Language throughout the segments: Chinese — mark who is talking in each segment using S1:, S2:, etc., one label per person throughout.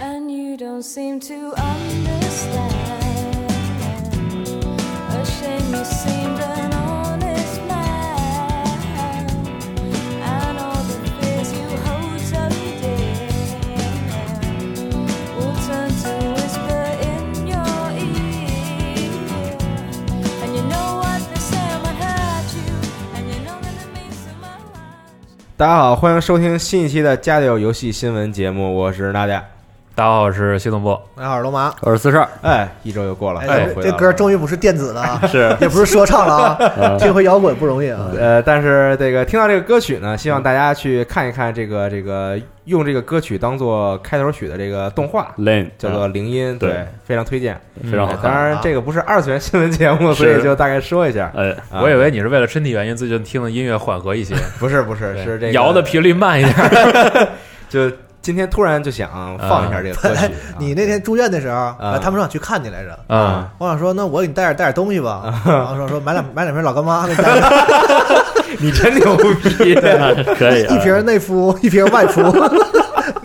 S1: And you don't seem to understand. A shame you seemed an honest man. And all the fears you hold so dear will turn to whisper in your ear. And you know what they say might hurt you. And you know that it means so much.
S2: 大家好，欢迎收听新一期的《家里有游戏新闻》节目，我是大家。
S3: 大家好，我是系统部。
S4: 大家好，龙马。
S5: 我是四十二，
S2: 哎，一周又过了，
S4: 哎，
S2: 又
S4: 这
S2: 回
S4: 这
S2: 到
S4: 歌
S2: 了
S4: 终于不是电子的 啊，
S5: 是
S4: 也不是说唱了啊，这回摇滚不容易啊。
S2: 呃，但是这个听到这个歌曲呢，希望大家去看一看这个这个用这个歌曲当做开头曲的这个动画，
S5: Lane
S2: 叫做《铃音》，
S5: 对
S2: 对，非常推荐。哎
S5: 非
S3: 啊
S5: 常好
S2: 当
S5: 看。
S2: 然，这个不是二次元新闻节目，所
S5: 是
S2: 以就大概说一下。
S5: 哎，
S2: 啊
S3: 嗯我以为你是为了身体原因，最近听的音乐缓和一些，
S2: 不是不是
S3: 对
S2: 是这个
S3: 摇的频率慢一点。
S2: 就今天突然就想放一下这个 歌曲。
S4: 哎
S2: 啊
S4: 你那天住院的时候，
S2: 啊
S4: 哎他们说想去看你来着。
S3: 啊，
S4: 我想说，那我给你带点带点东西吧。
S2: 啊
S4: 然后说说买两买两瓶老干妈，给 你带点
S2: 你真牛逼！
S5: 可
S2: 哎
S5: 以啊，
S4: 一瓶内服， 一瓶外服，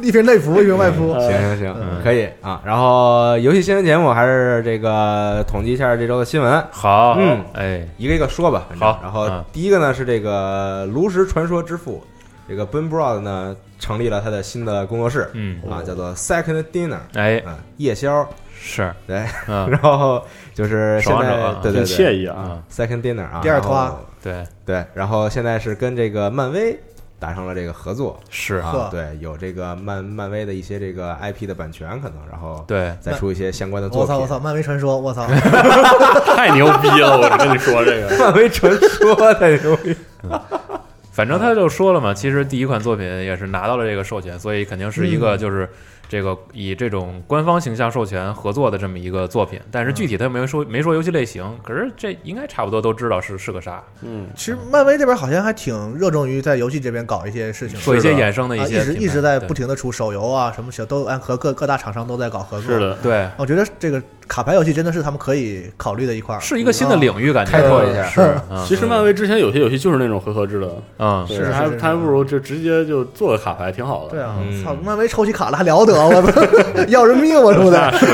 S4: 一瓶内服，一瓶外服。
S2: 嗯行行行，呃可以啊。然后游戏新闻节目还是这个统计一下这周的新闻，
S3: 好，
S2: 嗯
S3: 哎，
S2: 一个一个说吧。反正
S3: 好
S2: 然后
S3: 嗯
S2: 第一个呢是这个炉石传说之父，这个 Ben Broad 呢成立了他的新的工作室
S3: 嗯，
S2: 啊，叫做 Second Dinner
S3: 哎，
S2: 啊，夜宵。
S3: 是，
S2: 对，
S3: 嗯，
S2: 然后就是现
S3: 守望者
S2: 在
S3: 啊
S2: 对
S5: 挺
S2: 对
S5: 惬
S2: 对
S5: 意啊。
S2: ，Second Dinner 啊，
S4: 第二拖
S2: 然后
S3: 对，
S2: 对，然后现在是跟这个漫威达成了这个合作。
S3: 是，
S2: 啊
S4: 呵，
S2: 对，有这个漫漫威的一些这个 IP 的版权，可能然后
S3: 对，
S2: 再出一些相关的作
S4: 我
S2: 品。
S4: 操 我操，漫威传说，我操，
S5: 太牛逼了！我跟你说这个，
S2: 漫威传说的牛逼，
S3: 反正他就说了嘛，其实第一款作品也是拿到了这个授权，所以肯定是一个就是这个以这种官方形象授权合作的这么一个作品。但是具体他没说没说游戏类型，可是这应该差不多都知道是是个啥，
S5: 嗯，
S4: 其实漫威这边好像还挺热衷于在游戏这边搞一些事情，
S3: 做一些衍生的
S4: 啊
S3: 一些
S4: 一
S3: 品
S4: 直
S3: 牌，
S4: 一直在不
S3: 对
S4: 停的出手游啊，什么小都按和各各大厂商都在搞合作。啊
S5: 是的，
S3: 对，
S4: 我觉得这个卡牌游戏真的是他们可以考虑的一块儿，嗯
S3: 是一个新的领域感觉，
S2: 开拓一下。
S4: 是
S2: 啊
S3: 嗯
S5: 其实漫威之前有些游戏就是那种回合制的，
S3: 嗯，
S4: 是
S5: 对
S4: 是
S5: 还
S4: 是
S5: 还不如就直接就做个卡牌，挺好的。
S4: 对啊，
S2: 嗯
S4: 操，漫威抽起卡了还了得？我操， 要人命我出
S5: 那
S4: 的。
S5: 是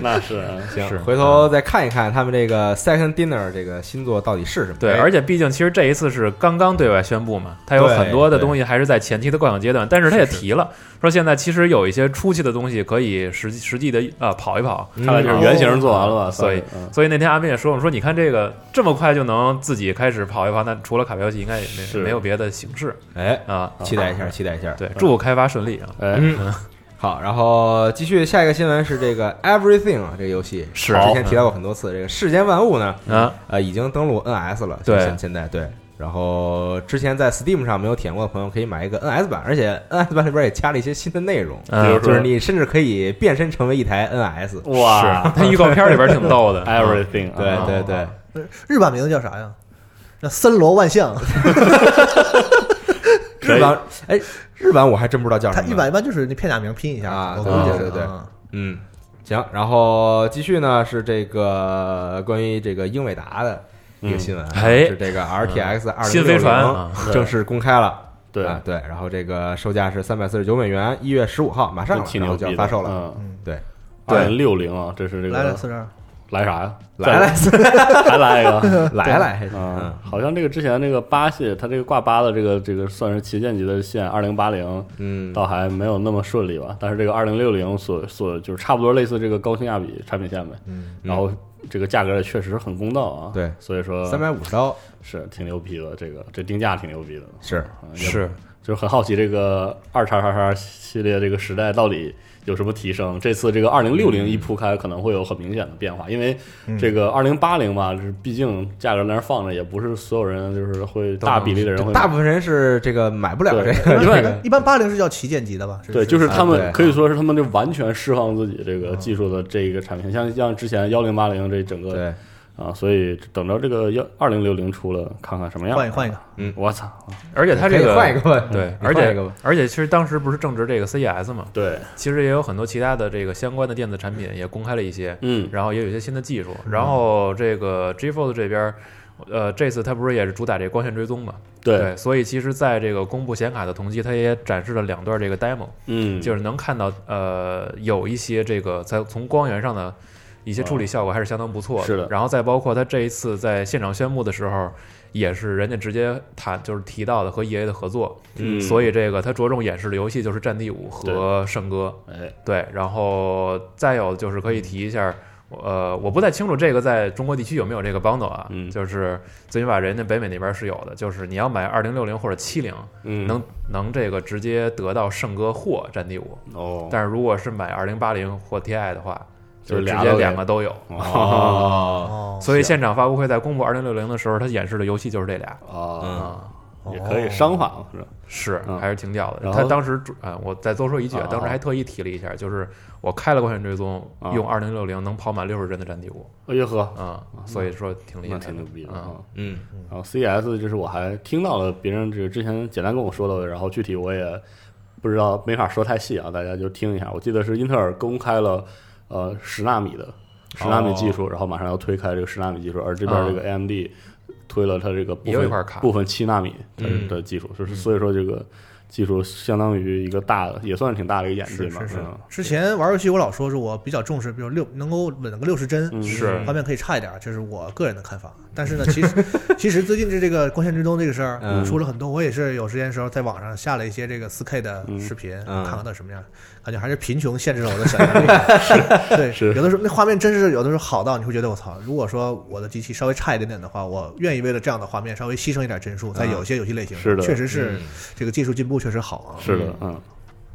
S5: 那是，啊
S3: 是嗯
S2: 回头再看一看他们这个 Second Dinner 这个新作到底是什么。
S3: 对，
S2: 哎
S3: 而且毕竟其实这一次是刚刚对外宣布嘛，它有很多的东西还是在前期的观想阶段，但是它也提了说现在其实有一些初期的东西可以实际实际的啊跑一跑，
S2: 嗯
S5: 看来就是
S2: 哦
S5: 原型做完了吧？
S3: 哦所以
S5: 算是嗯
S3: 所以那天阿斌也说，我说你看这个这么快就能自己开始跑一跑，那除了卡牌游戏，应该也没
S5: 是嗯
S3: 没有别的形式
S2: 哎，
S3: 啊。
S2: 期待一下，期待一下。
S3: 对，祝开发顺利啊！
S5: 哎，
S2: 嗯， 好，然后继续下一个新闻是这个 Everything 啊，这个游戏
S3: 是
S2: 之前提到过很多次，这个世间万物呢，
S5: 嗯
S3: 啊，
S2: 呃，已经登陆 NS 了，
S3: 对
S2: 现现在对。然后之前在 Steam 上没有体验过的朋友可以买一个 NS 版，而且 NS 版里边也加了一些新的内容，
S3: 嗯
S5: 比如说
S2: 就是你甚至可以变身成为一台 NS。
S3: 是
S5: 哇
S3: 它预告片里边挺逗的嗯
S5: ，everything，啊
S2: 对对对，
S4: 日版名字叫啥呀？那森罗万象，
S5: 可
S2: 日
S5: 以
S2: 版哎，日版我还真不知道叫
S4: 它
S2: 什么。
S4: 一般一般就是你片假名拼一下，
S2: 啊
S4: 我估计
S2: 对
S4: 是
S2: 对对
S4: 啊
S2: 嗯，行，然后继续呢是这个关于这个英伟达的一个新闻啊，
S3: 嗯哎
S2: 是这个 RTX 二
S3: 新飞船啊
S2: 嗯正式公开了。
S5: 对
S2: 啊，对，然后这个售价是三百四十九美元，一月十五号马上
S5: 挺
S2: 然
S5: 牛
S2: 后
S5: 逼
S2: 就
S5: 的
S2: 要发售了。
S5: 嗯，
S2: 对，
S5: 二零六零啊，这是这
S4: 来了
S5: 个
S4: 四十二，
S5: 来啥呀？
S2: 来来。
S5: 还来一 个
S2: 来来，还是
S5: 嗯
S2: 嗯，
S5: 好像这个之前那个八系，它这个挂八的这个这个算是旗舰级的线，二零八零
S2: 嗯，
S5: 倒还没有那么顺利吧。但是这个二零六零所所就是差不多类似这个高性价比产品线呗。嗯，然后这个价格也确实很公道啊。
S2: 对
S5: 所以说
S2: 三百五十刀
S5: 是挺牛逼的，这个这定价挺牛逼的。
S2: 是
S5: 啊也
S3: 是
S5: 就是很好奇这个二叉叉叉系列这个时代到底有什么提升？这次这个二零六
S2: 嗯
S5: 零一铺开可能会有很明显的变化，因为这个二零八零吧，就是毕竟价格在那儿放着，也不是所有人就是会大比例的人会买
S2: 大部分人是这个买不了这
S5: 对
S2: 个
S5: 因
S2: 这
S5: 为
S2: 个，
S4: 一般八零是叫旗舰级的吧？
S5: 对，就是他
S2: 啊对
S5: 们可以说是他们就完全释放自己这个技术的这个产品，像像之前幺零八零这整个
S2: 对，
S5: 啊，所以等着这个幺二零六零出了，看看什么样。
S4: 换一换一个，
S5: 我操！
S3: 而且它
S2: 可以
S3: 这个
S2: 换一个吧，
S3: 对，
S2: 你
S3: 而
S2: 换一
S3: 且
S2: 个吧
S3: 而且其实当时不是正值这个 CES 嘛，
S5: 对，
S3: 其实也有很多其他的这个相关的电子产品也公开了一些，
S5: 嗯，
S3: 然后也有一些新的技术。然后这个 GForce 这边儿，呃，这次它不是也是主打这个光线追踪嘛？
S5: 对，
S3: 所以其实在这个公布显卡的同期，它也展示了两段这个 demo，
S5: 嗯，
S3: 就是能看到呃有一些这个在从光源上的一些处理效果还是相当不错
S5: 哦是的
S3: 然后再包括它这一次在现场宣布的时候，也是人家直接谈就是提到的和 EA 的合作，
S5: 嗯
S3: 所以这个它着重演示的游戏就是《战地五》和《圣歌》。
S5: 哎，
S3: 对，然后再有就是
S5: 嗯
S3: 可以提一下，呃，我不太清楚这个在中国地区有没有这个 bundle 啊，
S5: 嗯
S3: 就是最起码人家北美那边是有的，就是你要买二零六零或者七零，
S5: 嗯，
S3: 能能这个直接得到圣歌或战地五，
S5: 哦，
S3: 但是如果是买二零八零或 TI 的话，
S5: 就是
S3: 直
S5: 俩
S3: 接
S5: 都
S3: 两
S5: 给
S3: 个都有。
S4: 哦，
S5: 哦
S3: 所以现场发布会在公布二零六零的时候，它演示的游戏就是这俩
S5: 哦，
S3: 啊、
S5: 也可以商法嘛，是吧？
S3: 是
S5: 嗯
S3: 还是挺屌的。
S5: 然
S3: 他
S5: 后
S3: 当时主啊，我再多说一句啊
S5: 啊，
S3: 当时还特意提了一下，就是我开了光线追踪
S5: 啊，
S3: 用二零六零能跑满六十帧的战地五
S5: 哎呦呵，
S3: 啊，所以说挺厉
S5: 那
S3: 害，
S5: 挺牛逼的
S3: 啊。
S5: 啊。
S2: 嗯，
S5: 然后 CES 就是我还听到了别人这个之前简单跟我说的，然后具体我也不知道，没法说太细啊，大家就听一下。我记得是英特尔公开了呃十纳米的十纳米
S3: 哦
S5: 技术，然后马上要推开这个十纳米技术，而这边
S3: 啊
S5: 这个 AMD 推了它这个部
S3: 也有一块
S5: 分
S3: 卡嗯
S5: 部分七纳米它的技术，就是所以说这个技术相当于一个大的，也算是挺大的一个演进吧。
S4: 是是
S5: 嗯
S4: 之前玩游戏我老说是我比较重视，比如六能够稳个六十帧，
S5: 嗯
S3: 是
S4: 画面可以差一点，这是我个人的看法。但是呢，其实 其实最近这这个光线追踪这个事儿、
S2: 嗯
S4: 出了很多，我也是有时间的时候在网上下了一些这个4 K 的视频，
S2: 嗯
S4: 看看它什么样，感觉还是贫穷限制了我的想象力。 对，
S5: 是
S4: 有的时候那画面真是有的时候好到你会觉得我操，如果说我的机器稍微差一点点的话，我愿意为了这样的画面稍微牺牲一点帧数，在有些游戏类型，
S5: 啊是的嗯
S4: 确实是、这个技术进步确实好啊。
S5: 是的，嗯，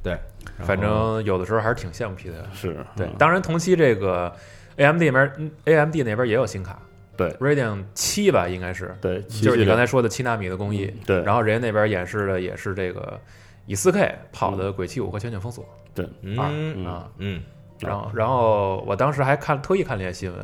S2: 对，
S3: 反
S2: 哦
S3: 正有的时候还是挺羡慕 P 的。
S5: 是
S3: 对
S5: 嗯，
S3: 当然同期这个 AMD 那边嗯 AMD 那边也有新卡
S5: 对
S3: ，Radeon 七吧，应该是，
S5: 对，
S3: 就是
S5: 七系
S3: 你
S5: 列嗯
S3: 刚才说的七纳米的工艺。
S5: 对，
S3: 然后人家那边演示的也是这个以四 K 跑的《鬼泣五》和《全景封锁》
S5: 对，
S2: 嗯
S5: 嗯
S3: 啊。
S2: 嗯，
S3: 然后，然后我当时还看特意看了一些新闻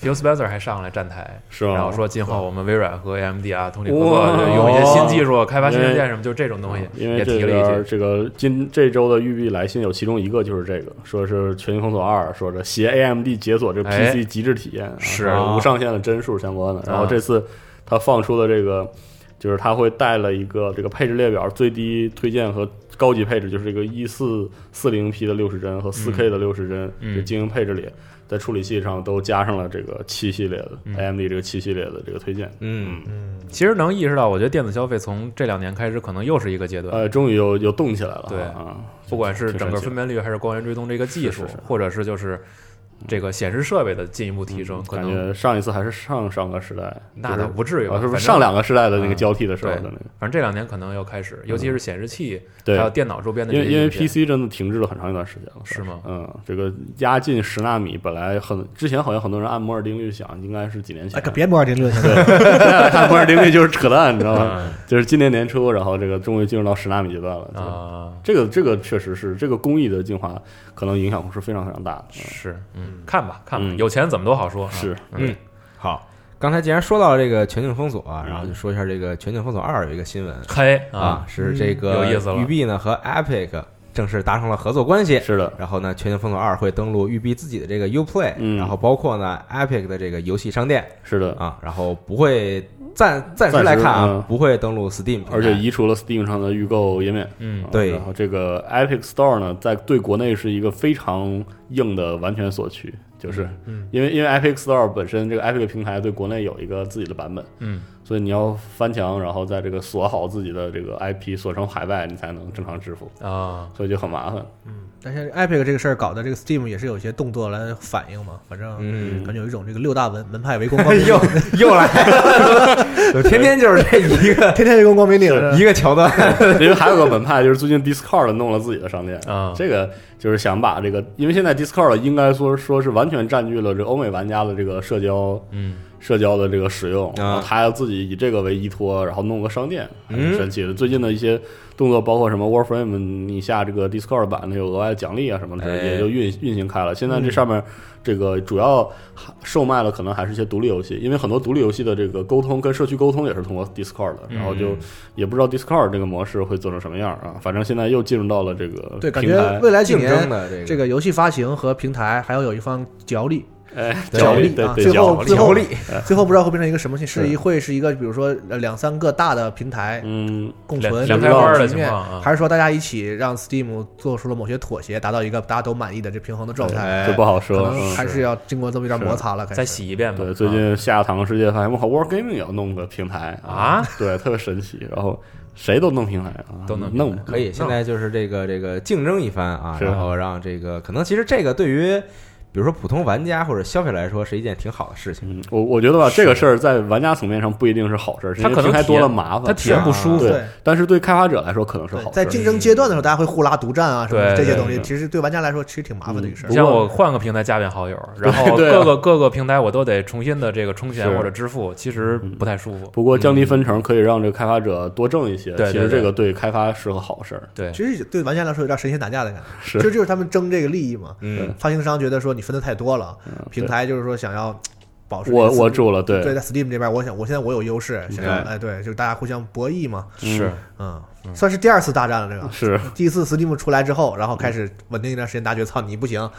S3: ，Phil Spencer 还上来站台，
S5: 是吗
S3: 然后说今后我们微软和 AMD 啊通力合
S5: 哦哇
S3: 作，就用一些新技术开发新软件什么，就这种东西
S5: 啊因为
S3: 也
S5: 这
S3: 提了一
S5: 边
S3: 些。
S5: 这个今这周的育碧来信有其中一个就是这个，说是《全境封锁二》，说这携 AMD 解锁这
S3: 哎
S5: PC 极致体验，啊
S3: 是啊
S5: 然后无上限的帧数相关的。然后这次他放出的这个，就是他会带了一个这个配置列表，最低推荐和高级配置，就是这个一四四零 P 的六十帧和四 K 的六十帧，
S3: 嗯
S5: 这精英配置里。在处理器上都加上了这个七系列的、
S3: 嗯
S5: AMD 这个七系列的这个推荐，
S2: 嗯，
S3: 其实能意识到，我觉得电子消费从这两年开始可能又是一个阶段，
S5: 呃，终于又又动起来了啊。
S3: 对
S5: 啊，
S3: 不管是
S5: 挺
S3: 整个
S5: 神奇
S3: 分
S5: 的
S3: 辨率还是光源追踪这个技术
S5: 是是是，
S3: 或者是就是这个显示设备的进一步提升，可
S5: 嗯感
S3: 能
S5: 觉上一次还是上上个时代，
S3: 那
S5: 就是
S3: 倒不至于吧
S5: 啊，是不
S3: 反
S5: 是
S3: 正嗯
S5: 上两个时代的那个交替的时候
S3: 对
S5: 的那个？
S3: 反正这两年可能又开始，尤其是显示器还
S5: 嗯对
S3: 有，电脑周边的
S5: 因
S3: 这
S5: 为
S3: 些
S5: 因为
S3: 硬件，
S5: PC 真的停滞了很长一段时间了，
S3: 是吗？
S5: 嗯，这个压进十纳米本来很，之前好像很多人按摩尔定律想，应该是几年前
S4: 哎，，可别摸二零六现在。
S5: 现在 来看摩尔定律就是扯淡，你知道吗？
S3: 嗯
S5: 就是今年年初，然后这个终于进入到十纳米阶段了。就是
S3: 啊，
S5: 这个这个确实是这个工艺的进化，可能影响是非常非常大的。
S3: 是，嗯，看吧，看吧，
S5: 嗯
S3: 有钱怎么都好说。啊
S5: 是，
S3: 嗯，
S2: 好。刚才既然说到了这个全境封锁啊，然后就说一下这个全境封锁二有一个新闻
S3: 嘿
S2: 啊，，是这个
S3: 有意思了
S2: 育碧呢和 Epic 正式达成了合作关系。
S5: 是的，
S2: 然后呢，全境封锁二会登录育碧自己的这个 UPlay，、
S5: 嗯
S2: 然后包括呢 Epic 的这个游戏商店
S5: 是的，
S2: 啊，然后不会暂暂时来看啊，
S5: 暂时嗯
S2: 不会登录 Steam，平台
S5: 而且移除了 Steam 上的预购页面。
S3: 嗯
S5: 啊，
S2: 对
S5: 然后这个 Epic Store 呢，在对国内是一个非常硬的完全锁区，就是
S3: 嗯
S5: 因为因为 Epic Store 本身这个 Epic 平台对国内有一个自己的版本，
S3: 嗯，
S5: 所以你要翻墙，然后在这个锁好自己的这个 IP，锁成海外，你才能正常支付，
S3: 啊，
S5: 所以就很麻烦。
S4: 但是 Epic 这个事儿搞的这个 Steam 也是有一些动作来反应嘛，反正
S2: 嗯
S4: 感觉有一种这个六大门门派围攻光
S2: 哎
S4: 明
S2: 又
S4: 顶，
S2: 又来 了，我天天就是这一个
S4: 天天围攻光明顶，
S2: 一个桥段。
S5: 因为还有个门派，就是最近 Discord 弄了自己的商店
S3: 啊
S5: 这个就是想把这个，因为现在 Discord 应该说说是完全占据了这个欧美玩家的这个社交
S3: 嗯
S5: 社交的这个使用，
S2: 啊
S5: 然后他自己以这个为依托，然后弄个商店，还挺
S2: 嗯
S5: 神奇的。最近的一些动作，包括什么 Warframe，你下这个 Discord 版，它有额外的奖励啊什么的，
S2: 哎
S5: 也就运运行开了。现在这上面这个主要售卖了，可能还是一些独立游戏，因为很多独立游戏的这个沟通跟社区沟通也是通过 Discord 的，然后
S3: 嗯
S5: 就也不知道 Discord 这个模式会做成什么样啊。反正现在又进入到了这个
S4: 对，感
S5: 平
S4: 觉
S5: 台
S4: 未来几
S2: 竞争
S4: 年
S2: 的这个
S4: 这个游戏发行和平台还要有一方角力，
S5: 哎
S4: 对
S5: 角力，
S4: 对
S5: 对
S4: 啊
S5: 对
S4: 最后
S5: 角力
S4: 最后
S2: 条例，
S4: 最后不知道会变成一个什么形式，
S5: 是
S4: 一会是一个比如说呃两三个大的平台
S5: 嗯，
S4: 共
S3: 两
S4: 存
S3: 两
S4: 这
S3: 开花
S4: 种
S3: 儿的
S4: 局
S3: 情
S4: 面
S3: 况啊
S4: 还是说大家一起让 Steam 做出了某些妥协，达到一个大家都满意的这平衡的状态？
S5: 这不好说，
S4: 哎可
S5: 嗯
S4: 能还是要经过这么一点摩擦了。开始
S3: 再洗一遍吧。
S5: 对，最近下堂世界发现，我靠，Wargaming 也要弄个平台
S3: 啊，
S5: 对，特别神奇。然后谁都弄平台啊，
S3: 都弄平台
S5: 弄
S2: 可以，现在就是这个这个竞争一番啊，
S5: 是
S2: 然后让这个可能其实这个对于比如说普通玩家或者消费来说是一件挺好的事情。
S5: 嗯，我我觉得吧，这个事儿在玩家层面上不一定是好事儿，是因为
S3: 他可能
S5: 平台
S3: 体验
S5: 多了麻烦，
S3: 他体验不舒服
S5: 对，但是对开发者来说可能是
S4: 对
S5: 好事
S4: 在
S5: 儿。
S4: 竞争阶段的时候，大家会互拉独占啊，什么
S3: 对
S4: 这些
S5: 对
S4: 东西，
S5: 对
S4: 其实对玩家来说其实挺麻烦的一个事儿
S3: 你。像我换个平台加遍好友，然后
S5: 对啊
S3: 各个各个平台我都得重新的这个充钱
S5: 是
S3: 或者支付，其实不太舒服。
S5: 不过降低分成可以让这个开发者多挣一些，
S3: 对对
S5: 其实
S3: 对
S5: 这个对开发是个好事儿。
S3: 对，
S4: 其实对玩家来说有点神仙打架的感觉，
S5: 是
S4: 其实就是他们争这个利益嘛。
S2: 嗯，
S4: 发行商觉得说你分的太多了，
S5: 嗯
S4: 平台就是说想要保持
S5: 我
S4: 这个
S5: 我住了，对
S4: 对在 Steam 这边，我想我现在我有优势，想要
S2: 对
S4: 哎对，就是大家互相博弈嘛，
S3: 是
S4: 嗯，算是第二次大战了这个。
S5: 是
S4: 第一次 Steam 出来之后，然后开始稳定一段时间，大家觉得操你不行，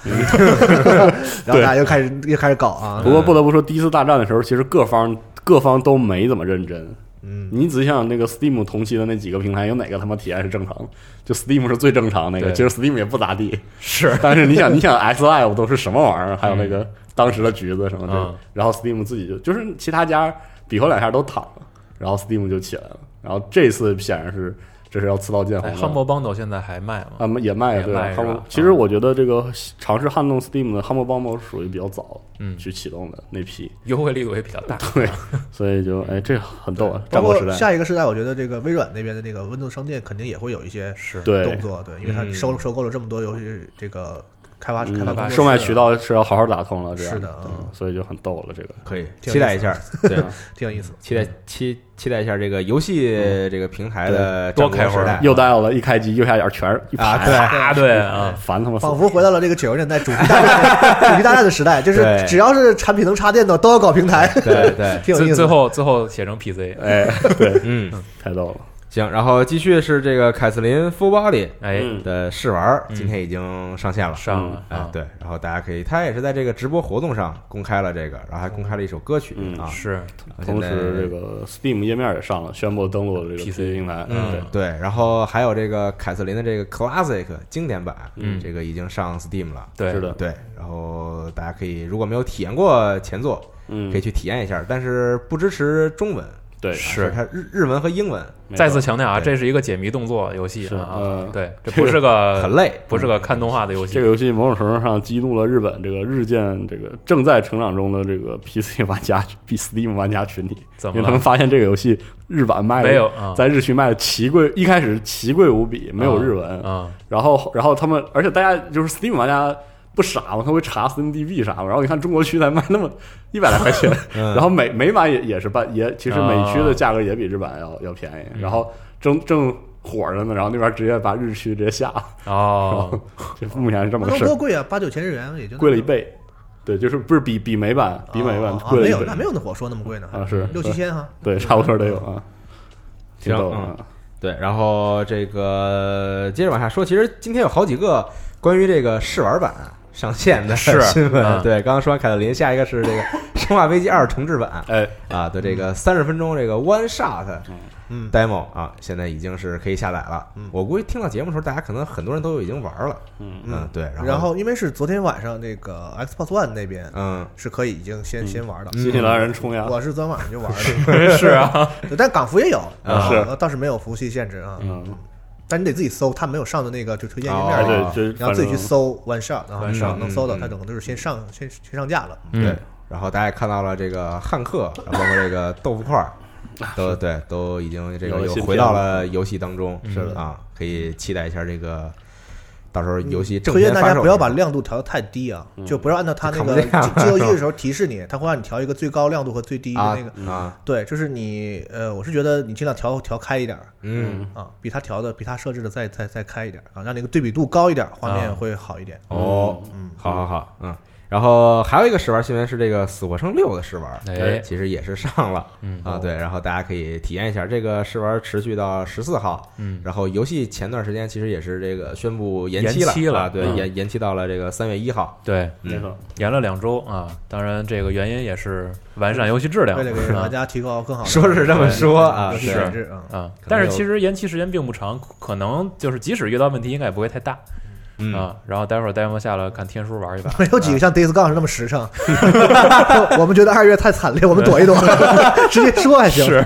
S4: 然后大家又开始又开始搞啊
S3: 嗯
S5: 嗯不，过不得不说，第一次大战的时候，其实各方各方都没怎么认真。
S4: 嗯，
S5: 你仔细想，那个 Steam 同期的那几个平台，有哪个他妈体验是正常的？就 Steam 是最正常那个，
S3: 对
S5: 其实 Steam 也不咋地。
S3: 是，
S5: 但是你想，你想 X Live 都是什么玩意儿？还有那个当时的橘子什么的
S3: 嗯，
S5: 然后 Steam 自己就就是其他家比划两下都躺了，然后 Steam 就起来了。然后这次显然是这是要刺刀见红
S3: 哎
S5: 了。
S3: ，Humble Bundle 现在还卖
S5: 嗯啊
S3: 吗？，
S5: 也卖
S3: 也
S5: 对
S3: 卖是啊
S5: Humble-
S3: 吧
S5: 其实我觉得这个尝试撼动 Steam 的 Humble Bundle 属于比较早
S3: 嗯
S5: 去启动的那批，
S3: 优惠力度也比较大。
S5: 对，所以就哎这很逗啊，
S4: 包
S5: 战国时
S4: 括
S5: 代
S4: 下一个时代，我觉得这个微软那边的那个 Windows 商店肯定也会有一些
S3: 是
S5: 对
S4: 动。作，对，因为它
S2: 嗯
S4: 收收购了这么多游戏这个开发开发工作
S5: 嗯
S4: 室啊
S5: 售卖渠道是要好好打通了，这样
S4: 是的
S5: 嗯所以就很逗了。这个
S2: 可以
S4: 挺有
S2: 期待一下，对，
S3: 嗯
S4: 挺有意思。
S2: 期待期期待一下这个游戏这个平台的
S3: 嗯对多
S2: 战国
S3: 开会儿
S2: 时代
S4: 哎
S2: 啊
S5: 右 dial 了一开机，右下角全是一
S2: 啊，
S5: 排，
S2: 对，
S3: 啊，对啊，
S5: 烦他妈死了
S4: 仿。佛回到了这个九十年代主题大 战主题大战的时代，就是
S2: 对
S4: 只要是产品能插电的都要搞平台，
S2: 对对，
S4: 挺有意
S3: 最
S4: 思
S3: 最
S4: 的。
S3: 后最后写成 PC，
S5: 哎，对，
S2: 嗯，
S5: 太逗了。
S2: 行，然后继续是这个凯瑟琳 Full Body
S3: 哎，
S5: 嗯
S2: 的试玩儿，
S3: 嗯
S2: 今天已经上线了。
S3: 上了
S2: 哎
S3: 啊，，
S2: 对，然后大家可以，他也是在这个直播活动上公开了这个，然后还公开了一首歌曲
S5: 嗯
S2: 啊，
S3: 是
S5: 同
S2: 现在
S5: 时，这个 Steam 页面也上了，宣布登录了这个
S3: PC
S5: 平台。
S2: 嗯
S5: 对，
S2: 对，然后还有这个凯瑟琳的这个 Classic 经典版，
S3: 嗯
S2: 这个已经上 Steam 了，
S3: 对
S5: 是，的，
S2: 对，然后大家可以如果没有体验过前作，
S5: 嗯
S2: 可以，去体验一下，但是不支持中文，
S5: 对，
S3: 是
S2: 它日日文和英文
S5: 没错
S3: 再次强调啊，
S2: 对
S3: 这是一个解谜动作游戏
S5: 是
S3: 啊
S5: 嗯，
S3: 对，这不是个
S2: 很累，
S3: 不是个看动画的游戏
S5: 这个，游戏某种程度上激怒了日本这个日渐这个正在成长中的这个 PC 玩家、比 Steam 玩家群体，
S3: 怎
S5: 因
S3: 么
S5: 为他们
S3: 了？
S5: 发现这个游戏日版卖的
S3: 没有啊
S5: 在日区卖的奇贵，一开始奇贵无比，没有日文，
S3: 啊，
S5: 然后然后他们，而且大家就是 Steam 玩家不傻嘛，他会查 Steam DB 啥嘛，然后你看中国区才卖那么 一百来块钱，
S2: 嗯
S5: 然后美美版也也是半也，其实美区
S3: 啊
S5: 的价格也比日版要要便宜，
S3: 嗯
S5: 然后正正火着呢，然后那边直接把日区直接下 了，
S3: 哦，
S5: 就目前是这么个
S4: 那
S5: 事
S4: 多
S5: 儿，
S4: 贵啊，八九千日元也就那
S5: 贵了一倍，对，就是不是比比美版比美版
S4: 哦哦
S5: 贵了
S4: 没
S5: 一
S4: 有，
S5: 倍
S4: 那没有那我说那么贵呢，
S5: 啊是
S4: 六七千嗯哈。
S5: 对，差不多得有啊，挺
S2: 行
S5: 逗的啊，
S2: 对，然后这个接着往下说，其实今天有好几个关于这个试玩版上线的
S3: 是
S2: 新闻。
S3: 嗯
S2: 对，刚刚说完凯特琳，下一个是这个《生化危机二》重置版
S5: 哎，
S2: 啊对这个三十分钟这个 One Shot
S4: 嗯，
S2: Demo 啊，现在已经是可以下载了。我估计听到节目的时候，大家可能很多人都已经玩了。
S5: 嗯
S2: 嗯，对，后
S4: 然后因为是昨天晚上那个 Xbox One 那边
S5: 啊
S2: 嗯，
S4: 是可以已经先先玩的，
S5: 新西嗯兰人冲呀，
S4: 我是昨天晚上 就玩的，
S3: 是啊，
S4: 对但港服也有，呃
S2: 啊
S5: 是
S4: 倒是没有服务器限制啊，
S5: 嗯，
S4: 但你得自己搜，它没有上的那个就推荐页
S2: 哦
S5: 哎
S4: 面，啊
S5: 对，就是
S4: 你要自己去
S5: 反正
S4: 搜 One Shot，然后
S3: One
S4: 能
S3: Shot，
S4: 能搜到，
S2: 嗯
S4: 它整个都是先上先先上架了，
S3: 嗯
S2: 对，然后大家也看到了这个汉克，然后包括这个豆腐块 儿，都对，都已经这个
S5: 有了
S2: 又
S5: 新
S2: 回
S5: 片
S2: 到
S5: 子
S2: 了游戏当中，
S3: 是
S2: 啊，可以期待一下这个。到时候游戏正
S4: 嗯推荐
S2: 片
S4: 大
S2: 发
S4: 家
S2: 售嗯
S4: 不要把亮度调得太低啊，就不要按照它那
S2: 就
S4: 个
S2: 看不见了
S4: 进游戏的时候提示你，它会让你调一个最高亮度和最低的
S2: 啊
S4: 那个。
S2: 啊，
S4: 对，就是你呃，我是觉得你尽量调调开一点儿
S2: 嗯，
S4: 啊，比它调的比它设置的再再再开一点儿啊，让那个对比度高一点儿，画
S3: 啊
S4: 面会好一点。
S2: 哦，好好好，嗯。然后还有一个试玩新闻是这个《死活生六》的试玩，
S3: 哎
S2: 其实也是上了，
S3: 嗯
S2: 啊，对，然后大家可以体验一下。这个试玩持续到十四号，
S3: 嗯，
S2: 然后游戏前段时间其实也是这个宣布延
S3: 延
S2: 期了，
S3: 期了
S2: 啊对，
S5: 嗯
S2: 延延期到了这个三月一号，
S3: 对，
S5: 没错，
S3: 延了两周啊。当然，这个原因也是完善游戏质量
S4: 为了给
S3: 啊
S4: 大家提高更好的
S2: 说是这么说啊，
S4: 游戏
S2: 是
S4: 品质 啊。
S3: 啊。
S2: 可能
S3: 但是
S2: 有
S3: 其实延期时间并不长，可能就是即使遇到问题，应该也不会太大
S2: 嗯
S3: 啊。然后待会儿 demo 下了，看天书玩一把。
S4: 没有几个像 Days Gone 是那么 实诚，我们觉得二月太惨烈，我们躲一躲， 直接说还行。
S3: 是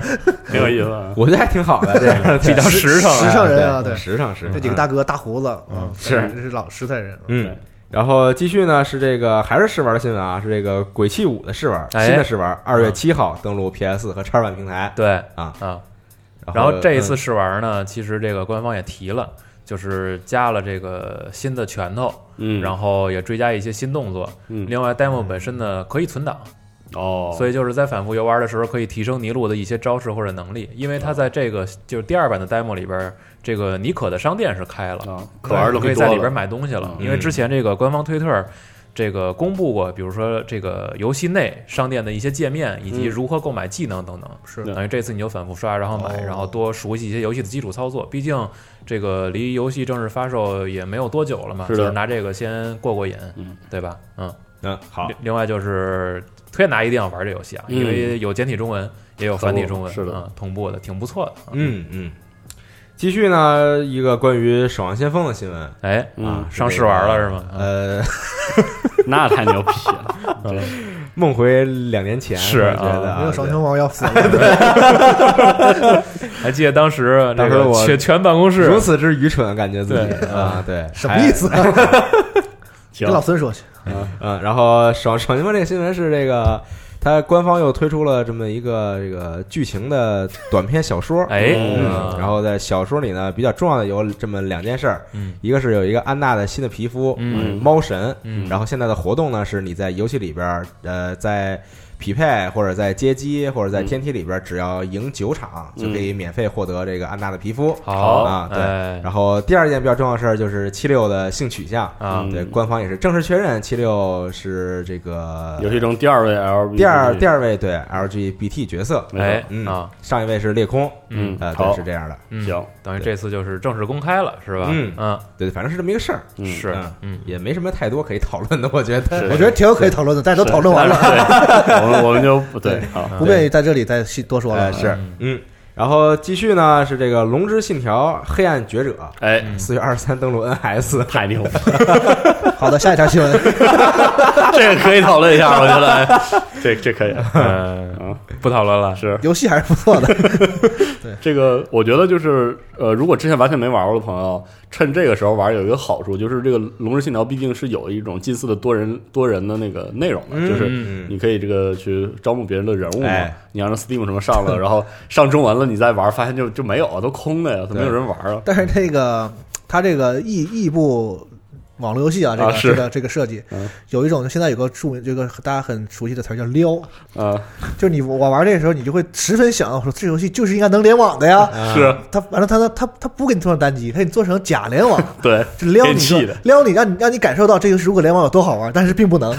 S5: 挺有意思啊。
S2: 我觉得还挺好的，这个
S3: 比较实诚
S4: 实诚人啊
S2: 哎对
S4: 对
S2: 实诚
S5: 嗯
S2: 实诚
S4: 这几个大哥大胡子，
S2: 嗯
S4: 嗯，
S2: 是
S4: 这是老实在人。
S2: 嗯。然后继续呢，是这个还是试玩的新闻啊，是这个《鬼泣五》的试玩，
S3: 哎
S2: 新的试玩，二月七号登陆 PS 和叉 One 平台
S3: 对
S2: 啊
S3: 啊。然
S2: 然
S3: 后这一次
S2: 嗯
S3: 试玩呢，其实这个官方也提了，就是加了这个新的拳头，
S5: 嗯，
S3: 然后也追加一些新动作。
S5: 嗯
S3: 另外，demo 本身呢可以存档，
S5: 哦，
S3: 所
S5: 以
S3: 以就是在反复游玩的时候，可以提升尼禄的一些招式或者能力。因为它在这
S5: 哦
S3: 个就是第二版的 demo 里边，这个尼可的商店是开了，
S5: 啊，可玩的
S3: 可
S5: 会
S3: 以
S5: 多
S3: 在
S5: 了
S3: 里边买东西了。
S5: 嗯
S3: 因为之前这个官方推特这个公布过，比如说这个游戏内商店的一些界面，以及
S5: 嗯
S3: 如何购买技能等等。
S4: 是
S3: 等于这次你就反复刷，然后买，
S4: 哦
S3: 然后多熟悉一些游戏的基础操作。毕竟这个离游戏正式发售也没有多久了嘛，
S5: 是的
S3: 就是拿这个先过过瘾，
S5: 嗯
S3: 对吧？嗯。
S2: 嗯好
S3: 另，另外就是推荐大家一定要玩这游戏啊，
S5: 嗯
S3: 因为有简体中文，也有繁体中文，
S5: 是的
S3: 嗯，同步的，挺不错的。啊，
S2: 嗯嗯。继续呢，一个关于《守望先锋》的新闻
S3: 哎，
S5: 嗯
S2: 啊，，
S3: 上
S2: 这
S3: 试玩
S2: 个
S3: 了是吗
S2: 呃，
S5: 那太牛逼了，对
S2: 梦回两年前
S3: 是
S2: 我
S3: 啊
S2: 觉得
S4: 没有双
S2: 对
S4: 拳王要死 了，
S3: 还记得当时
S2: 当
S3: 这
S2: 时
S3: 个
S2: 我
S3: 全全办公室
S2: 如此之愚蠢，感觉自己啊，对，
S4: 什么意
S2: 思？
S4: 思？啊
S5: 行
S4: 跟老孙说去。
S2: 嗯，然后《守望守望先锋》这个新闻是这个，它官方又推出了这么一个这个剧情的短篇小说，
S3: 哎，
S2: 嗯，
S3: 嗯
S2: 然后在小说里呢，比较重要的有这么两件事儿，
S3: 嗯
S2: 一个是有一个安娜的新的皮肤，
S3: 嗯
S2: 猫神，
S3: 嗯
S2: 然后现在的活动呢是你在游戏里边儿，呃，在匹配或者在街机或者在天梯里边儿，只要赢九场就可以免费获得这个安娜的皮肤。
S3: 嗯好
S2: 啊，对。
S3: 哎
S2: 然后第二件比较重要的事儿就是七六的性取向，
S3: 啊
S5: 嗯
S2: 对，官方也是正式确认七六是这个
S5: 游戏中第二位 L
S2: 啊第二第
S5: 二，
S2: 二位对 LGBT 角色，
S3: 哎
S2: 嗯
S3: 啊，
S2: 上一位是裂空，
S5: 嗯，
S2: 呃，对，
S5: 好
S2: 是，这样的，
S3: 嗯，
S5: 行，
S3: 等于这次就是正式公开了，是吧？
S2: 嗯
S3: 嗯，
S2: 对，反正是这么一个事儿，
S5: 嗯
S3: 是
S2: 嗯，
S3: 嗯，
S2: 也没什么太多可以讨论的，我觉得
S5: 是
S4: 我觉得挺有可以讨论的，大家都讨论完了，
S5: 对，我们我们就不对，哎好，
S4: 不便于在这里再细多说
S2: 呃
S4: 了。
S2: 是， 嗯，然后继续呢是这个《龙之信条：黑暗觉者》。
S5: 哎，
S2: 四月二十三登陆 NS，
S5: 太牛逼了，
S4: 好的，下一条新闻，
S5: 这个可以讨论一下，我觉得，哎这这可以，
S3: 呃，
S5: 嗯，
S3: 不讨论了，
S5: 是
S4: 游戏还是不错的。
S5: 这个，我觉得就是呃，如果之前完全没玩过的朋友，趁这个时候玩有一个好处，就是这个《龙之信条》毕竟是有一种近似的多人多人的那个内容的，就是
S2: 嗯
S5: 你可以这个去招募别人的人物嘛，
S2: 哎
S5: 你要让 Steam 什么上了，然后上中文了，你再玩，发现就就没有，都空的呀，都没有人玩啊。
S4: 但是那个他这个异异步网络游戏啊，这
S5: 啊
S4: 个
S5: 是
S4: 这个这个设计
S5: 嗯，
S4: 有一种现在有个著名这个大家很熟悉的词儿叫撩，
S5: 啊，
S4: 就是你我玩这个时候，你就会十分想说这游戏就是应该能联网的呀。
S5: 是
S4: 他完了，他他他他不给你做成单机，他给你做成假联网，
S5: 对，
S4: 就撩
S5: 给
S4: 你说
S5: 气的，
S4: 撩你，让你让你感受到这个如果联网有多好玩，但是并不 能，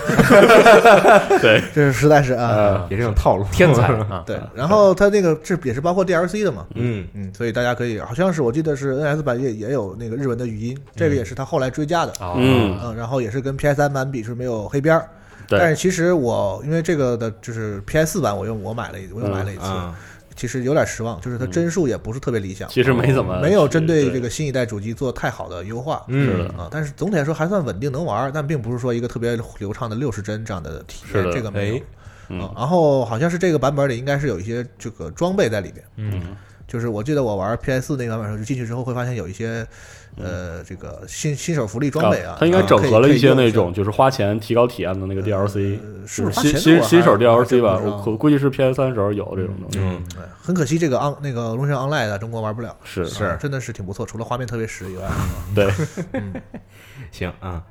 S5: 对，
S4: 这是实在是啊。
S5: 呃，
S2: 也是这种套路，
S3: 天才啊，
S5: 嗯
S4: 对，然后它那个这也是包括 DLC 的嘛，
S2: 嗯，
S4: 嗯，所以大家可以，好像是我记得是 NS 版也也有那个日文的语音，这个也是它后来追加的，
S3: 啊
S5: 嗯
S4: 嗯，然后也是跟 PS 三版比是没有黑边儿，但
S5: 对，
S4: 是其实我因为这个的就是 PS 四版我又我买了一
S5: 嗯
S4: 我又买了一次，
S2: 啊，
S4: 其实有点失望，就是它帧数也不是特别理想，
S5: 其实没怎么
S4: 哦没有针对这
S5: 个，
S4: 个新一代主机做太好的优化，
S5: 是
S2: 嗯
S5: 的，
S4: 啊，但是总体来说还算稳定能玩儿，但并不是说一个特别流畅的六十帧这样的体验
S5: 是，的
S4: 这个没有
S5: 哎。嗯
S4: 啊然后好像是这个版本里应该是有一些这个装备在里边，
S3: 嗯，
S4: 就是我记得我玩 PS 那个版本的时候，就进去之后会发现有一些呃这个新新手福利装备啊，
S5: 嗯它应该
S4: 啊
S5: 整合了一些那。
S4: 可以可以用
S5: 种就是花钱提高体验的那个 DLC，
S4: 呃是
S5: 就
S4: 不是
S5: 是
S4: 花
S5: 新
S4: 钱
S5: 新
S4: 我还
S5: 新手 DLC
S4: 还
S5: 吧，
S4: 真不知道
S5: 我估估计是 PS 三时候有这种东西。
S2: 嗯，
S4: 哎很可惜，这个 on 那个龙神 online 在中国玩不了，
S5: 是
S2: 是
S4: 啊真的是挺不错，除了画面特别实以外，
S5: 对，
S2: 行啊、嗯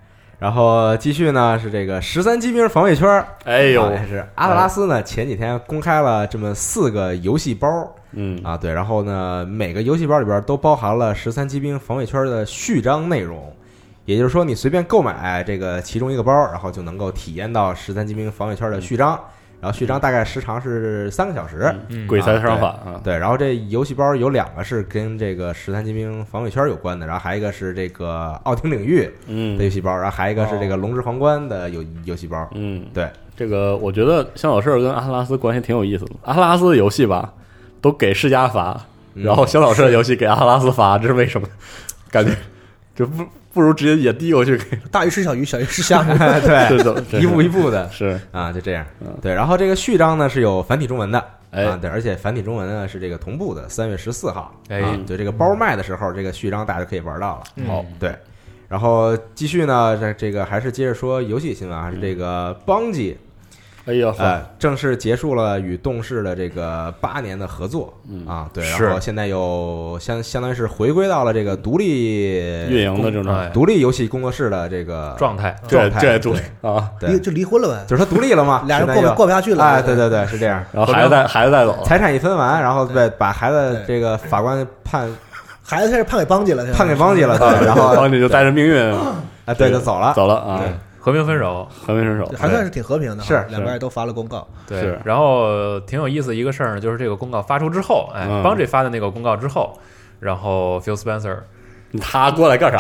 S2: 然后继续呢是这个十三机兵防卫圈儿，
S5: 哎呦，
S2: 啊是阿特拉斯呢前几天公开了这么四个游戏包儿
S5: 嗯，
S2: 啊，对，然后呢每个游戏包里边都包含了十三机兵防卫圈儿的序章内容。也就是说，你随便购买这个其中一个包儿，然后就能够体验到十三机兵防卫圈儿的序章，然后序章大概时长是三个小时，
S3: 嗯
S5: 鬼才
S2: 啊
S5: 商法啊，
S2: 对，然后这游戏包有两个是跟这个十三精兵防卫圈有关的，然后还有一个是这个奥汀领域
S5: 嗯
S2: 的游戏包，然后还有一个是这个龙之皇冠的游游戏包。
S5: 嗯，
S2: 对，
S5: 这个我觉得香老师跟阿特拉斯关系挺有意思的。阿特拉斯的游戏吧，都给世嘉发，
S2: 嗯，
S5: 然后香老师的游戏给阿特拉斯发，这是为什么？感觉就不不如直接也递过去给，
S4: 大鱼吃小鱼，小鱼吃虾 米
S2: 对，
S5: 是的，
S2: 哎一步一步的
S5: 是，
S2: 啊，就这样
S5: 嗯。
S2: 对，然后这个序章呢是有繁体中文的
S5: 哎
S2: 啊，对，而且繁体中文呢是这个同步的，三月十四号。
S3: 哎
S2: 啊，对，这个包卖的时候，这个序章大家就可以玩到了。
S5: 好，
S3: 嗯
S2: 对。然后继续呢，这这个还是接着说游戏新闻啊，还是这个邦吉
S5: 哎呀，
S2: 呃，正式结束了与动视的这个八年的合作，
S5: 嗯
S2: 啊，对，
S3: 是
S2: 然后现在又相相当于是回归到了这个独立
S5: 运营的这种
S3: 哎
S2: 独立游戏工作室的这个，
S3: 状态，
S5: 这
S2: 状态
S5: 这独立啊，
S2: 对
S4: 离，就离婚了呗，
S2: 就是他独立了嘛，
S4: 俩人
S2: 现在
S4: 过
S2: 又
S4: 不过不下去了。
S2: 哎，对对对，是这样，
S5: 然后孩子带孩子带走了，
S2: 财产一分完，然后对，把孩子
S4: 对
S2: 这个法官判
S4: 孩子现在判给邦姐了，现在
S2: 判给邦吉了，对，然
S5: 然
S2: 后
S5: 后你就带着命运
S2: 啊， 对，就走了，
S5: 走了啊，
S3: 和平分手，
S5: 和平分手，
S4: 还算是挺和平的哈，
S2: 是
S4: 两边都发了公告，
S3: 对
S5: 是。
S3: 然后呃挺有意思一个事儿呢，就是这个公告发出之后，哎
S5: 嗯
S3: ，Bungie 发的那个公告之后，然后 Phil Spencer
S5: 他过来干 啥？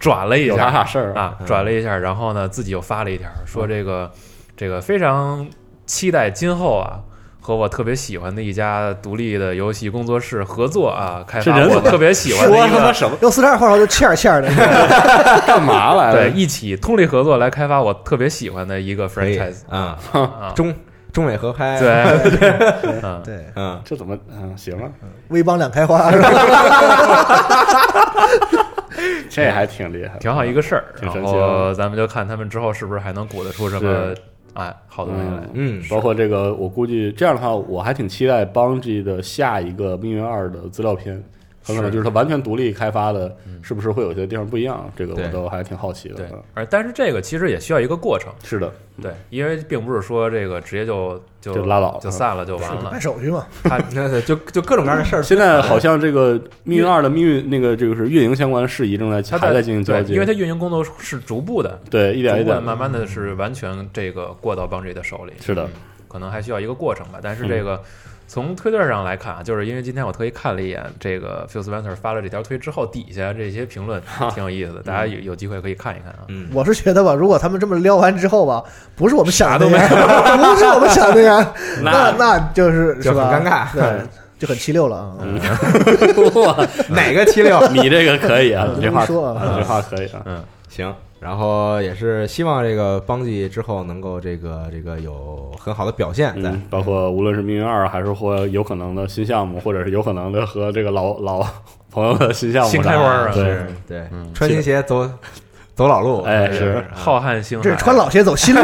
S3: 转了一
S5: 有嗯啥
S3: 下
S5: 啥事儿？
S3: 啊，转了一下，然后呢自己又发了一条，说这个这个非常期待今后啊。和我特别喜欢的一家独立的游戏工作室合作啊，开
S5: 这
S3: 发
S5: 人
S3: 我
S5: 怎么
S3: 特别
S2: 啊
S3: 喜欢的
S5: 说
S3: 一
S5: 他妈
S3: 个
S5: 什么？
S4: 用四十二话说就欠儿欠儿的。
S5: 干嘛来
S3: 对
S5: 了？
S3: 一起通力合作来开发我特别喜欢的一个
S2: 可以
S3: franchise
S2: 啊，
S3: 啊，
S2: 中中美合拍，，
S3: 对，嗯，
S4: 对，
S2: 嗯，
S5: 这怎么？嗯，行啊，
S4: 微帮两开花是吧？
S5: 这还挺厉害，
S3: 挺好一个事儿。
S5: 嗯挺
S3: 然
S5: 神奇的
S3: 后咱们就看他们之后是不是还能鼓得出什么哎好东西来。
S2: 嗯，
S5: 包括这个，我估计这样的话，我还挺期待 Bungie 的下一个《命运二》的资料片，很可能就是它完全独立开发的，是不是会有些地方不一样？这个
S2: 对
S5: 我都还挺好奇
S3: 嗯
S5: 的
S3: 对。，而但是这个其实也需要一个过程，
S5: 是的，
S3: 对，因为并不是说这个直接就就
S5: 就拉倒嗯了
S3: 就散了就完了
S4: 办，手续嘛，
S2: 那那就就各种各样的事儿，
S5: 现在好像这个《命运二》的命运那个这个是运营相关的事宜正在
S3: 它
S5: 还在进行交
S3: 对
S5: 接，
S3: 因为它运营工作是逐步的，
S5: 对
S3: 逐
S5: 一点一
S3: 步地
S5: 点
S3: 慢慢的是完全这个过到邦 J 的手里。
S5: 是的嗯
S3: 嗯，可能还需要一个过程吧。但是这个从推特上来看啊，就是因为今天我特意看了一眼这个 Phil Spencer 发了这条推之后，底下这些评论挺有意
S5: 嗯
S3: 思的，大家有有机会可以看一看啊。
S2: 嗯，
S4: 我是觉得吧，如果他们这么撩完之后吧，不是我们想的那样， 不是我们想的那样，那那就是
S2: 就是很
S4: 吧？
S2: 尴尬
S4: 对，就很七六了啊。
S5: 嗯哇，
S2: 嗯哪个七六？
S5: 你这个可 以啊，你这话
S4: 你说啊
S5: 啊你这话可以啊，
S2: 行，然后也是希望这个邦吉之后能够这个这个有很好的表现在。
S5: 嗯，包括无论是命运二，还是或有可能的新项目，或者是有可能的和这个老老 朋友的新项目
S3: 新开花啊
S5: 啥的对，
S2: 是嗯对，穿新鞋走走老路，
S5: 哎
S2: 就是
S3: 浩瀚星海，
S4: 这是穿老鞋走新路，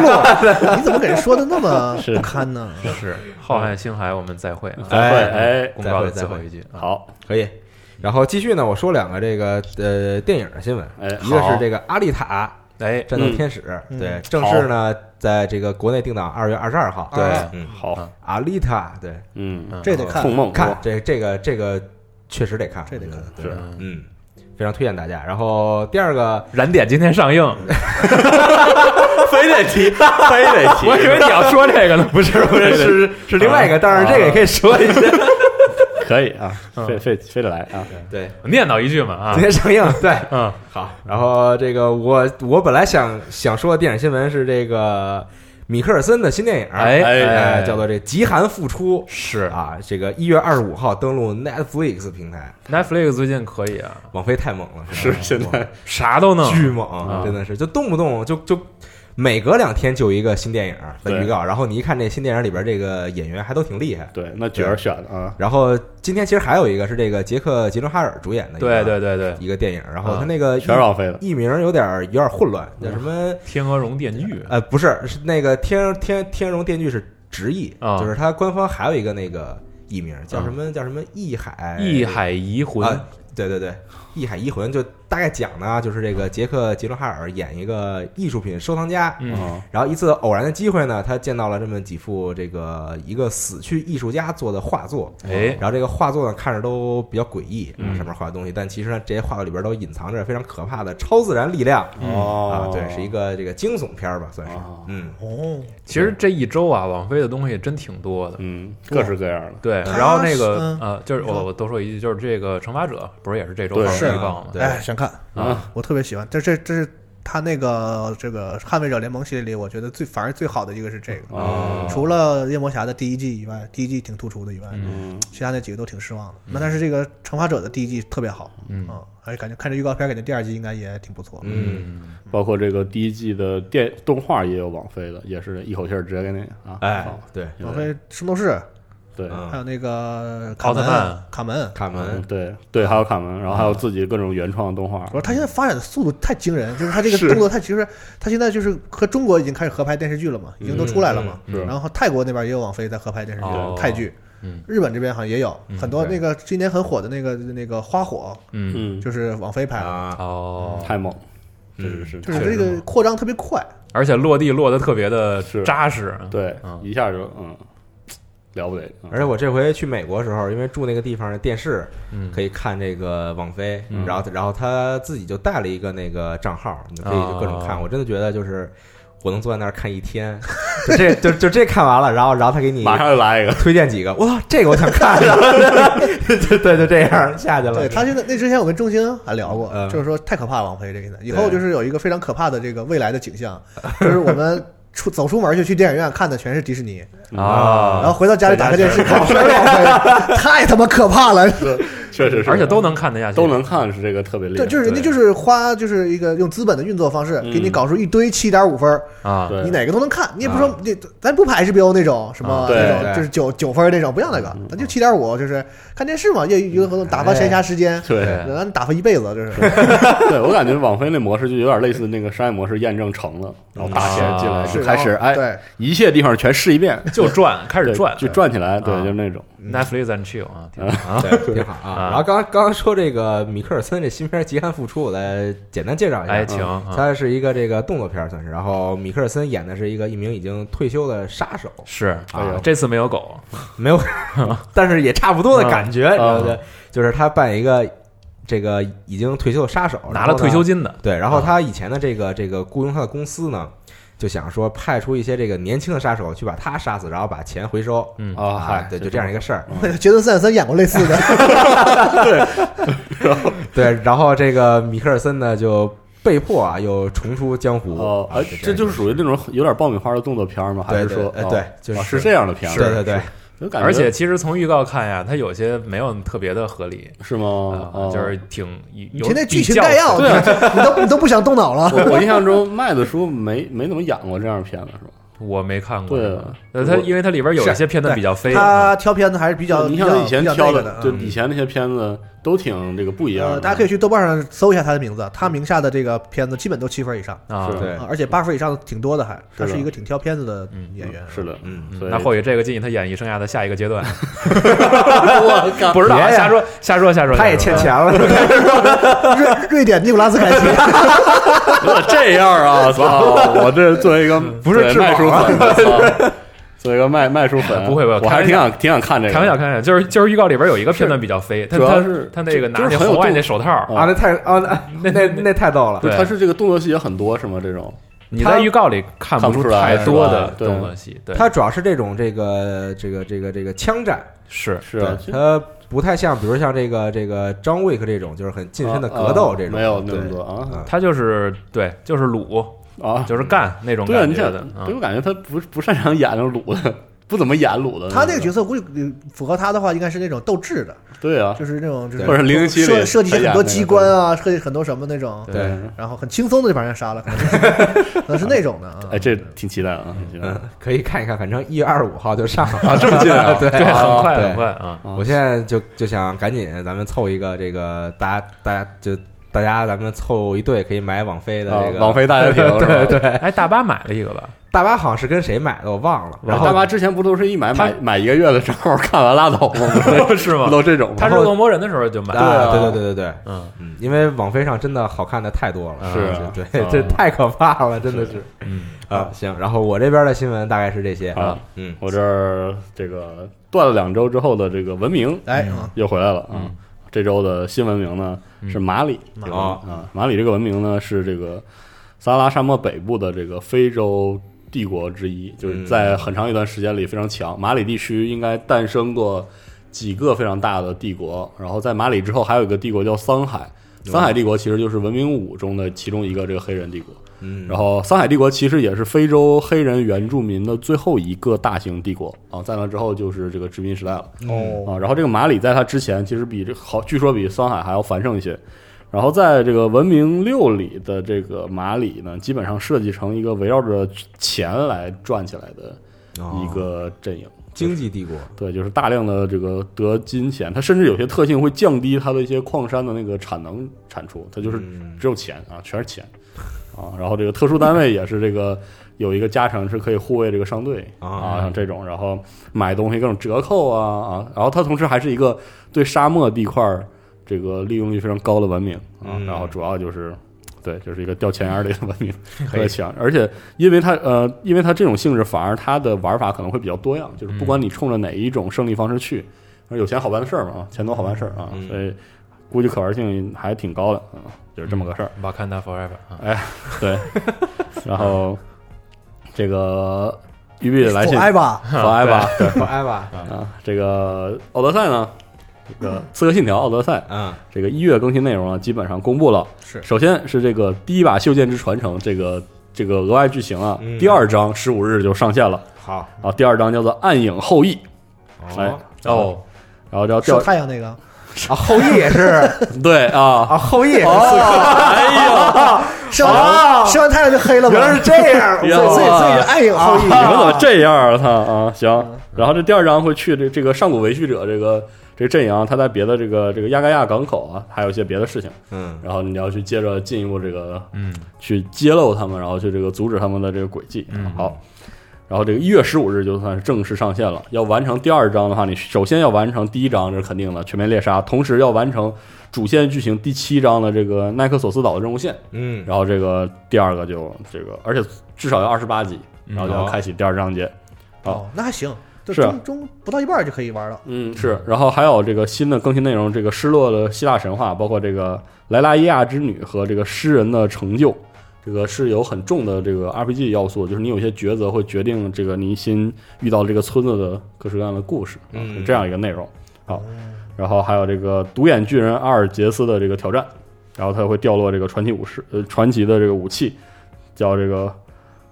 S4: 你怎么给人说的那么
S5: 是
S4: 不堪呢？
S3: 是浩瀚星海，我们再会啊！
S5: 再会
S2: 哎
S5: 哎，
S3: 公告的
S2: 再
S3: 最
S2: 会
S3: 后一句啊，
S5: 好，
S2: 可以。然后继续呢，我说两个这个呃电影的新闻，
S5: 哎
S2: 一个
S5: 好
S2: 是这个《阿丽塔：
S3: 哎，
S2: 战斗
S5: 嗯
S2: 天使》，
S4: 嗯
S2: 对，正式呢在这个国内定档二月二十二号，
S4: 对
S5: 哎
S2: 嗯，
S5: 好，
S2: 阿丽塔，对，
S5: 嗯，
S3: 嗯
S4: 这得看
S5: 控，梦
S2: 看这这个这个确实得看，
S4: 这得看
S2: 对
S5: 是
S2: 嗯，非常推荐大家。然后第二个
S3: 燃点今天上映，
S5: 非得 提，非得提，
S3: 我以为你要说这个呢，不是不
S2: 不是是是另
S5: 啊
S2: 外一个，但是这个也可以说一下。
S5: 可以啊，
S3: 嗯
S5: 非非非得来啊，
S2: 对，
S3: 念叨一句嘛啊
S2: 今，天上映。 对，
S3: 嗯，
S2: 好。然后这个我我本来想想说的电影新闻是这个米克尔森的新电影，
S3: 哎
S2: 哎
S3: 哎
S2: 叫做这《极寒复出》。
S3: 是
S2: 啊，这个一月二十五号登陆 Netflix 平台，
S3: Netflix 最近可以啊，
S2: 网飞太猛了，
S5: 是
S2: 吧
S5: 现在
S3: 啥都能，
S2: 巨猛，
S3: 嗯啊
S2: 真的是就动不动就就每隔两天就有一个新电影的
S5: 对
S2: 预告，然后你一看这新电影里边这个演员还都挺厉害。
S5: 对，那角儿选的啊，
S2: 然后今天其实还有一个是这个杰克·杰伦哈尔主演的一
S3: 对
S2: 个，
S3: 对对对，
S2: 一个电影，然后
S3: 啊
S2: 他那个
S5: 全是
S2: 艺
S5: 王菲的。
S2: 艺名有点有点混乱，叫什么？
S3: 天鹅绒电锯
S2: 呃，不是，是那个天天天荣电锯是直译，
S3: 啊
S2: 就是它官方还有一个那个译名叫什么、叫什么艺海
S3: 义海遗魂
S2: 哎啊，对对对，艺海遗魂就大概讲呢，就是这个杰克·杰伦哈尔演一个艺术品收藏家。
S3: 嗯
S5: 嗯，
S2: 然后一次偶然的机会呢，他见到了这么几幅这个一个死去艺术家做的画作，
S3: 哎
S2: 然后这个画作呢看着都比较诡异，
S3: 嗯
S2: 上面画的东西，但其实呢这些画作里边都隐藏着非常可怕的超自然力量、
S3: 嗯
S2: 啊
S5: 哦，，
S2: 对，是一个这个惊悚片儿吧，算是，
S5: 哦
S2: 嗯，
S4: 哦，
S3: 其实这一周啊，网飞的东西真挺多的。
S5: 嗯，各式各样的。
S3: 对，
S4: 他
S3: 然后那个
S4: 嗯
S3: 呃，就是
S4: 你
S3: 我
S4: 说
S3: 我多说一句，就是这个《惩罚者》不是也是这周
S5: 对
S3: 放
S4: 是
S3: 的预告吗？
S2: 对
S4: 哎，想看，
S5: 啊，
S4: 我特别喜欢，这这这是他那个这个捍卫者联盟系列里，我觉得最反而最好的一个是这个，
S5: 哦
S4: 除了夜魔侠的第一季以外，第一季挺突出的以外，
S5: 嗯，
S4: 其他那几个都挺失望的。那但是这个惩罚者的第一季特别好，
S3: 嗯
S4: 啊，而且感觉看这预告片，感觉第二季应该也挺不错。
S2: 嗯，
S5: 包括这个第一季的电动画也有网飞的，也是一口气儿直接给你啊，
S2: 哎
S5: 放，
S2: 对，
S4: 王菲《圣斗士》，
S5: 对，
S2: 嗯
S4: 还有那个卡
S3: 奥特
S4: 门
S3: 曼，
S4: 卡门。
S2: 卡门
S5: 嗯，对对，还有卡门，然后还有自己各种原创动画
S4: 我，说他现在发展的速度太惊人，就是他这个
S5: 是
S4: 动作，他其实他现在就是和中国已经开始合拍电视剧了嘛，已经都出来了嘛。
S5: 嗯是
S4: 然后泰国那边也有网飞在合拍电视剧、
S3: 哦
S4: 泰剧，
S3: 嗯
S4: 日本这边好像也有
S3: 嗯
S4: 很多
S2: 对
S4: 那个今年很火的那个那个花火，
S3: 嗯，
S5: 嗯，
S4: 就是网飞拍的，
S2: 啊，
S3: 哦，
S5: 太猛，
S2: 嗯
S5: 是是，
S4: 就是是这个扩张特别快。
S3: 而且落地落得特别的
S5: 是
S3: 扎实，
S5: 对
S3: 嗯，
S5: 一下就嗯，了不得，嗯
S2: 而且我这回去美国的时候，因为住那个地方的电视
S3: 嗯，
S2: 可以看这个网飞，
S3: 嗯
S2: 然后然后他自己就带了一个那个账号，你可以就各种看。
S3: 哦
S2: 我真的觉得就是我能坐在那儿看 一天，就这就就这看完了，然后然后他给你
S5: 马上就来一个，
S2: 推荐几个，我操，这个我想看，然后就对，就这样下去了。
S4: 对 他现在那之前我跟钟兴还聊过，
S2: 嗯
S4: 就是说太可怕了，王菲这个现在以后就是有一个非常可怕的这个未来的景象， 就是我们出走出门去去电影院看的全是迪士尼，然后
S3: 啊，
S4: 回到家里打开电视看全是王菲，太他妈可怕了。
S5: 确实是，
S3: 而且都能看得下去，
S5: 都能看，是这个特别厉害，
S4: 对，就是人家就是花就是一个用资本的运作方式，
S5: 嗯
S4: 给你搞出一堆七点五分儿，
S3: 啊，
S5: 对
S4: 你哪个都能看，你也不说你咱不拍 HBO 那种什么
S3: 啊
S5: 嗯对
S4: 那种
S2: 对
S4: 就是九九分儿那种，不要那个
S5: 嗯，
S4: 咱就七点五，就是看电视嘛，业余娱乐活动打发闲暇时间，
S5: 对
S3: 哎
S4: 让你打发一辈子，这是。
S5: 对，我感觉网飞那模式就有点类似那个商业模式验证成了，然后大钱进来
S3: 啊
S5: 就是开始
S4: 然后
S5: 哎，
S4: 对，
S5: 一切地方全试一遍，
S3: 就赚，开始
S5: 对
S3: 赚，
S5: 就赚起来，对，
S3: 啊
S5: 就是那种
S3: Netflix and chill 啊，挺好啊，
S2: 对，挺好啊。
S3: 啊
S2: 然后刚刚刚说这个米克尔森这新片《极寒复出》，我来简单介绍一下。
S3: 哎，请啊，
S2: 它是一个这个动作片儿算是，然后米克尔森演的是一个一名已经退休的杀手，
S3: 是
S5: 哎
S3: 啊
S5: 呦，
S3: 这次没有狗，
S2: 没 有，但是也差不多的感觉，
S5: 嗯
S2: 然后就就是他扮演一个这个已经退休的杀手，
S3: 拿了退休
S2: 金，
S3: 金的，
S2: 对，然
S5: 啊
S2: 后他以前的这个这个雇佣他的公司呢，就想说派出一些这个年轻的杀手去把他杀死，然后把钱回收
S3: 嗯
S5: 啊，
S2: 啊，
S5: 嗨，
S2: 对，就这样一个事
S5: 嗯
S2: 儿，
S4: 杰伦·斯坦森演过类似的，
S2: 对，然后这个米克尔森呢就被迫啊又重出江湖，
S5: 哦，
S2: 啊
S5: 哎，这就是属于那种有点爆米花的动作片儿吗？还
S2: 对
S5: 是
S2: 对
S5: 说，
S2: 呃
S5: 哦
S2: 对，就
S5: 哦
S2: 是
S5: 是这样的片儿，
S2: 对对对，
S5: 就感觉
S3: 而且其实从预告看呀，它有些没有特别的合理，
S5: 是吗？
S3: 啊
S5: 哦，
S3: 就是挺
S4: 你
S3: 有
S4: 听那
S3: 比
S4: 剧情
S3: 较
S4: 概要，
S5: 对
S4: 你都你都不想动 脑了。
S5: 我我印象中麦子叔没没怎么演过这样的片子，是吧？
S3: 我没看过。
S5: 对啊
S3: 呃，它
S5: 我
S3: 因为它里边有一些片段比较飞，
S4: 他挑片子还是比较
S5: 你
S4: 比
S5: 像
S4: 较
S5: 他以前
S4: 比较
S5: 挑
S4: 那个
S5: 对
S4: 嗯
S5: 以前那些片子都挺这个不一样
S4: 呃，
S5: 的，
S4: 大家可以去豆瓣上搜一下他的名字，他名下的这个片子基本都七分以上，
S3: 啊，
S5: 是
S2: 对
S4: 啊，而且八分以上的挺多的，还他
S5: 嗯是
S4: 是
S5: 的
S4: 一个挺挑片子的演员。啊
S5: 是的，
S2: 嗯
S3: 嗯
S5: 所以
S3: 那或 许这个建议他演艺生涯的下一个阶段，
S5: 我靠
S3: 不知 道啊，
S2: 别呀
S3: 瞎说瞎说瞎说。
S2: 他也
S3: 瞎说
S2: 欠钱了，
S4: 瑞瑞典尼古拉斯凯奇，
S5: 这样啊！操！ 我这作为一个不
S2: 是质保
S5: 麦
S2: 啊
S5: 叔粉， 操作为一个麦麦叔粉，
S3: 不会不会
S5: 我还是挺想挺想看这个。
S3: 开玩笑，开玩笑，就是就是预告里边有一个片段比较飞，他
S5: 主要
S3: 他
S5: 是
S3: 他那个拿
S5: 就
S3: 那
S5: 是很有
S3: 红外
S5: 动
S3: 那手套，
S5: 嗯
S2: 啊，那太啊那那那太逗了
S5: 不，是
S3: 对
S5: 它是这个动作戏也很多是吗？这种
S3: 你在预告里看
S5: 看不
S3: 出
S5: 出来
S3: 太多的
S5: 是吧对
S3: 动作戏，对，
S2: 它主要是这种这个这个这个这个枪战，
S3: 是
S5: 是啊
S2: 对它不太像，比如像这个这个张 wick 这种，就是很近身的格斗这种，
S5: 啊没有那
S2: 对
S5: 么多啊
S3: 他就是对，就是鲁，
S5: 啊！
S3: 就是干那种
S5: 对啊，
S3: 感
S5: 你
S3: 觉
S5: 想
S3: 的，，嗯
S5: 对我感觉他不不擅长演那种鲁的不怎么演鲁的。
S4: 他那个角色估计嗯符合他的话，应该是那种斗智的，
S5: 对啊，
S4: 就是那种就是
S5: 或者零零七
S4: 设
S5: 里哎
S4: 设计
S5: 他
S4: 很
S5: 演
S4: 多
S5: 那个
S4: 机关啊，设计很多什么那种，
S3: 对
S2: 对，
S4: 然后很轻松的就把人杀了，可能是可能是那种的啊。
S5: 哎，这挺期待啊，挺期待
S2: 嗯，可以看一看，反正一月二十五号就上了。
S5: 啊，这么近啊，
S2: 对
S3: 对，很快
S2: 对
S3: 很快啊，
S5: 啊
S2: 我现在就就想赶紧咱们凑一个这个大家大家就大家咱们凑一队可以买网飞的
S5: 啊
S2: 这个
S5: 网飞大 家庭， 对对。
S3: 哎，大巴买了一个 吧？
S2: 大巴好像是跟谁买的我忘了，然
S5: 然后大
S2: 后
S5: 妈之前不都是一买
S3: 他
S5: 买买一个月的账号看完拉倒吗？
S3: 是
S5: 不
S3: 吗？
S5: 都这种吗？
S3: 他是恶魔人的时候就买了，
S2: 啊
S5: 对啊
S2: 对对对对对，
S3: 嗯
S2: 嗯，因为网飞上真的好看的太多了，
S5: 是
S2: 啊
S5: 啊
S2: 对，
S5: 啊
S2: 这太可怕了，真的是
S3: 嗯，
S2: 啊。行，然后我这边的新闻大概是这些
S5: 啊，
S2: 嗯，
S5: 我这儿这个断了两周之后的这个文明
S4: 哎啊，
S5: 又回来了啊！这周的新文明呢是马里
S4: 马
S5: 这
S4: 里
S5: 个
S2: 哦
S5: 啊，马里这个文明呢是这个撒哈拉沙漠北部的这个非洲帝国之一，就是在很长一段时间里非常强。马里地区应该诞生过几个非常大的帝国，然后在马里之后还有一个帝国叫桑海，桑海帝国其实就是文明五中的其中一个这个黑人帝国。
S2: 嗯，
S5: 然后桑海帝国其实也是非洲黑人原住民的最后一个大型帝国啊，在那之后就是这个殖民时代了
S4: 哦，
S5: 啊。然后这个马里在它之前其实比这好，据说比桑海还要繁盛一些。然后在这个文明六里的这个马里呢，基本上设计成一个围绕着钱来转起来的
S2: 哦
S5: 一个阵营。
S2: 经济帝国，
S5: 对，就是大量的这个得金钱，它甚至有些特性会降低它的一些矿山的那个产能产出，它就是
S2: 嗯
S5: 只有钱啊，全是钱啊。然后这个特殊单位也是这个有一个加成是可以护卫这个商队
S2: 啊
S5: 啊，像这种，然后买东西各种折扣啊啊，然后它同时还是一个对沙漠地块儿这个利用率非常高的文明啊
S2: 嗯，
S5: 然后主要就是。对，就是一个掉钱眼儿里的文 明，特
S2: 可以
S5: 别强。而且，因为它呃，因为它这种性质，反而它的玩法可能会比较多样，
S2: 嗯
S5: 就是不管你冲着哪一种胜利方式去，有钱好办事儿嘛，啊，钱多好办事儿啊，
S2: 嗯
S5: 所以估计可玩性还挺高的啊，就是这么个事儿。
S3: 瓦坎达 forever 啊，
S5: 对，
S2: 嗯
S5: 然后这个育碧的 来信
S4: 走，挨吧，
S5: 好爱吧
S2: 我艾娃，
S5: 啊，这个奥德赛呢，这个《刺客信条：奥德赛》
S2: 嗯，
S5: 这个一月更新内容呢，啊基本上公布了。
S4: 是
S5: 首先是这个第一把《袖剑之传承》这个这个额外剧情啊，
S2: 嗯
S5: 第二章十五日就上线了
S2: 好，
S5: 啊，第二章叫做《暗影后裔》，哎啊
S2: 哦，
S3: 哦，
S5: 然后叫
S4: 射
S5: 调
S4: 太阳那个，
S2: 啊，后羿也是
S5: 对 啊，
S2: 啊，后羿也是刺客，
S5: 哎
S4: 射完射完太阳就黑了嘛
S2: 原来是这样，
S5: 呦，
S4: 所以所以所以暗影后
S5: 你
S4: 裔
S5: 们怎么这样啊？他啊，行。然后这第二章会去这这个上古维续者这个这个阵营啊，他在别的这个这个亚该亚港口啊，还有一些别的事情。
S2: 嗯
S5: 然后你要去接着进一步这个
S3: 嗯，
S5: 去揭露他们，然后去这个阻止他们的这个轨迹。
S3: 嗯
S5: 好。然后这个一月十五日就算是正式上线了。要完成第二章的话，你首先要完成第一章，这是肯定的，全面猎杀，同时要完成主线剧情第七章的这个奈克索斯岛的任务线。
S2: 嗯，
S5: 然后这个第二个就这个，而且至少要二十八集，然后就要开启第二章节。
S4: 哦，那还行，就是
S5: 啊
S4: 中中不到一半就可以玩了。
S5: 嗯，是。然后还有这个新的更新内容，这个失落的希腊神话，包括这个莱拉耶亚之女和这个诗人的成就，这个是有很重的这个 RPG 要素，就是你有些抉择会决定这个你新遇到这个村子的各式各样的故事，啊
S2: 嗯
S5: 是这样一个内容。好，然后还有这个独眼巨人阿尔杰斯的这个挑战，然后他会掉落这个传奇武士呃传奇的这个武器，叫这个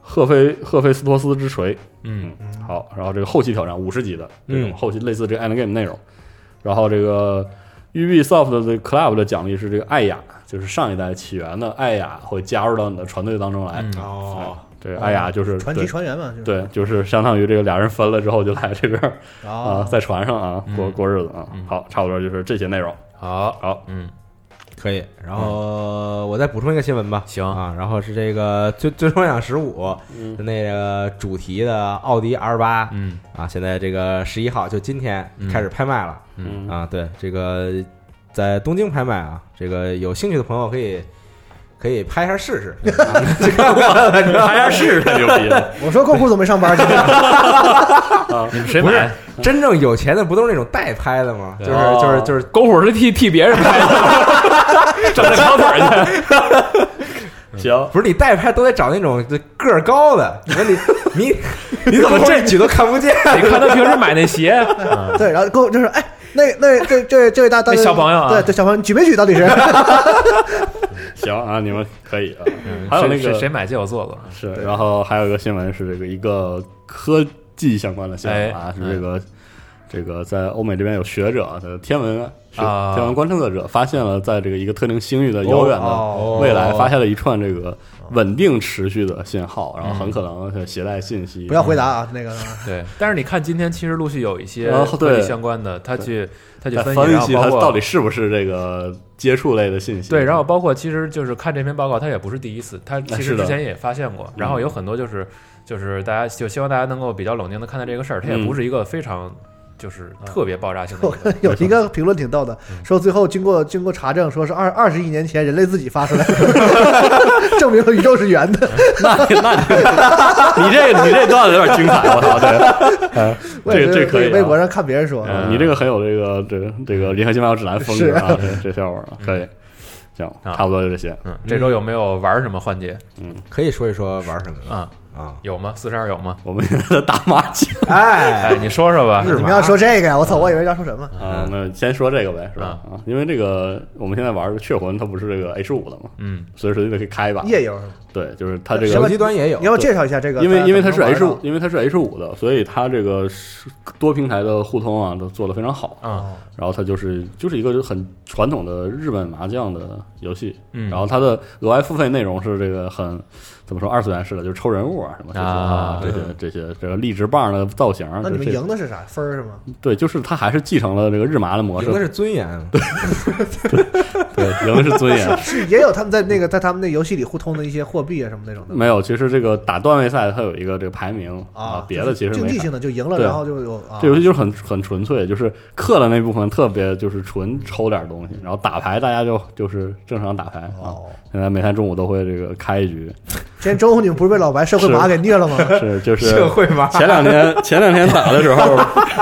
S5: 赫菲赫菲斯托斯之锤。
S3: 嗯，
S5: 好，然后这个后期挑战五十级的这种
S2: 嗯
S5: 后期类似这个 end game 内容，然后这个 Ubisoft 的这个 Club 的奖励是这个艾雅，就是上一代起源的艾雅会加入到你的船队当中来。
S3: 嗯
S2: 哦，
S5: 这个艾雅就是
S4: 传奇船员嘛，就是
S5: 对，对，就是相当于这个俩人分了之后就来这边儿 啊、
S4: 啊，
S5: 在船上啊过
S3: 嗯
S5: 过日子啊。好，差不多就是这些内容。
S3: 好，
S5: 好，
S3: 嗯，
S2: 可以。然后我再补充一个新闻吧，
S3: 行
S2: 啊。然后是这个最最终幻想十五
S5: 嗯
S2: 那个主题的奥迪 R 八
S3: 嗯
S2: 啊，现在这个十一号就今天
S3: 嗯
S2: 开始拍卖了
S5: 嗯
S2: 啊。对，这个在东京拍卖啊，这个有兴趣的朋友可以可以拍一下试 试。啊
S5: 大家试试太牛逼了。
S4: 我说空库怎么没上班今 天？
S3: 你们谁
S2: 不是
S3: 买？
S2: 真正有钱的不都是那种代拍的吗？就是
S5: 哦
S2: 就是就是
S3: 狗虎是替替别人拍的，整那长 腿去。
S5: 行，
S2: 不是你代拍都得找那种就个儿高的，你说 你你你
S3: 怎么这
S2: 举都看不见？
S3: 你看他平时买那鞋，嗯
S4: 对，然后跟我就是哎，那那这这这位大大
S3: 那小朋友啊
S4: 对对小朋友，你举没举到底是？
S5: 行啊，你们可以啊。还有那
S3: 嗯谁
S5: 个
S3: 谁谁买借我做做。
S5: 是，然后还有一个新闻是这个一个科记忆相关的新闻啊，
S3: 哎
S5: 是这个这个在欧美这边有学者啊，呃天文学
S3: 啊
S5: 天文观测者发现了，在这个一个特定星域的遥远的
S4: 哦
S5: 未来，发现了一串这个稳定持续的信号，然后很可能是携带信息。
S4: 不要回答啊，那个
S3: 对，但是你看，今天其实陆续有一些
S5: 啊
S3: 科技
S5: 对
S3: 相关的，他去他去
S5: 来
S3: 分
S5: 分
S3: 然后
S5: 析
S3: 包
S5: 它
S3: 括
S5: 到底是不是这个接触类的信息。
S3: 对，然后 包括其实就是看这篇报告，他也不是第一次，他其
S5: 是
S3: 实
S5: 的
S3: 之前也发现过，然后有很多就是就是大家就希望大家能够比较冷静的看待这个事儿，它也
S5: 嗯
S3: 不是一个非常就是特别爆炸性的一个。
S4: 有一个评论挺逗的，
S5: 嗯
S4: 说最后经过经过查证，说是二二十亿年前人类自己发出来的， 证明了宇宙是圆的。
S5: 那那你你这你这段子有点精彩，我操！对，呃
S4: 我也
S5: 这个
S4: 是
S5: 这可以啊。
S4: 微博上看别人说，
S5: 呃你这个很有这个这个这个银河系漫游指南风格啊，这这效果啊，
S4: 嗯
S5: 可以。行，
S3: 啊
S5: 差不多就这些。
S3: 嗯，这周有没有玩什么环节
S2: 可以说一说玩什么了
S3: 啊？
S2: 啊？
S3: 有吗？四十二有吗？
S5: 我们现在打麻将
S3: 哎，
S2: 哎，
S3: 你说说吧。
S2: 日麻
S4: 你们要说这个呀？我操，我以为要说什
S3: 嗯
S4: 么。
S5: 啊，那先说这个呗，是吧？啊，因为这个我们现在玩的雀魂，它不是这个 H 五的嘛，
S3: 嗯，
S5: 随时随地都可以开吧？
S4: 夜游是吗，
S5: 对，就是它这
S4: 什
S2: 手
S4: 么
S5: 个，
S2: 机端也有
S4: 你要不介绍一下这个？
S5: 因为因为它是
S4: 怎么
S5: H
S4: 玩
S5: 五，因为它是 H 五的，所以它这个是多平台的互通啊，都做得非常好。
S3: 啊，
S5: 然后它就是就是一个很传统的日本麻将的游戏，
S3: 嗯
S5: 然后它的额外付费内容是这个很怎么说二次元式的，就是抽人物啊什么这些
S3: 啊
S5: 这些这些这个荔枝棒的造型，
S4: 啊那你
S5: 就
S4: 们
S5: 这
S4: 赢的是啥分儿是吗？
S5: 对，就是它还是继承了这个日麻的模式
S2: 赢的，是尊严，
S5: 对，赢的是尊严，
S4: 是也有他们在那个在他们那游戏里互通的一些货币啊什么那种的
S5: 没有，其实这个打段位赛它有一个这个排名
S4: 啊，
S5: 别的其实
S4: 竞
S5: 没
S4: 技
S5: 啥。
S4: 性的就赢了，
S5: 对
S4: 然后就有啊
S5: 这游戏就是很很纯粹，就是氪的那部分特别就是纯抽点东西，然后打牌大家就就是正常打牌啊。
S4: 哦。
S5: 现在每天中午都会这个开一局，
S4: 今天中午你们不是被老白社会麻给虐了 吗？
S5: 是就是
S2: 社会吧？
S5: 前两天前两天打的时候，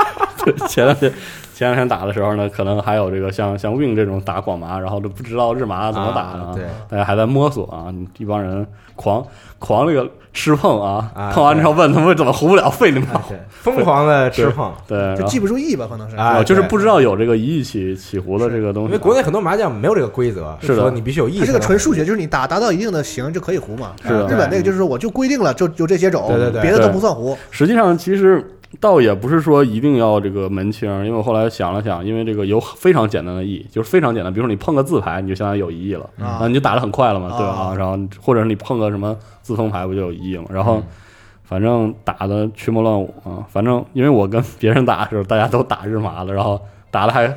S5: 对前两天前两天打的时候呢，可能还有这个像像 Win 这种打广麻，然后都不知道日麻怎么打呢、
S2: 啊对，
S5: 大家还在摸索啊，一帮人狂狂这个吃碰啊，
S2: 啊
S5: 碰完之后问他们怎么胡不了，费你妈！
S2: 对，疯狂的吃碰，
S5: 对，然
S4: 就
S5: 后
S4: 记不住意吧，可能是。
S2: 啊
S5: 我就是
S2: 对
S5: 不知道有这个一亿起起胡的这个东
S2: 因
S5: 西
S2: 为
S5: 啊，
S2: 国内很多麻将没有这个规则，
S5: 是的
S2: 说你必须有意
S4: 它
S2: 识。
S4: 是个纯数学，就是你打达到一定的型就可以胡嘛。啊
S5: 是的嗯
S4: 日本那个就是说，我就规定了，就就这些种，
S2: 对对对
S4: 别的都不算胡。
S5: 实际上，其实倒也不是说一定要这个门清，因为我后来想了想，因为这个有非常简单的意义，就是非常简单，比如说你碰个字牌，你就相当于有一义了，
S4: 啊
S5: 然后你就打得很快了嘛，对吧？
S4: 啊
S5: 然后或者是你碰个什么自封牌，不就有一义嘛？然后。反正打的群魔乱舞啊！反正因为我跟别人打的时候，大家都打日麻了，然后打的还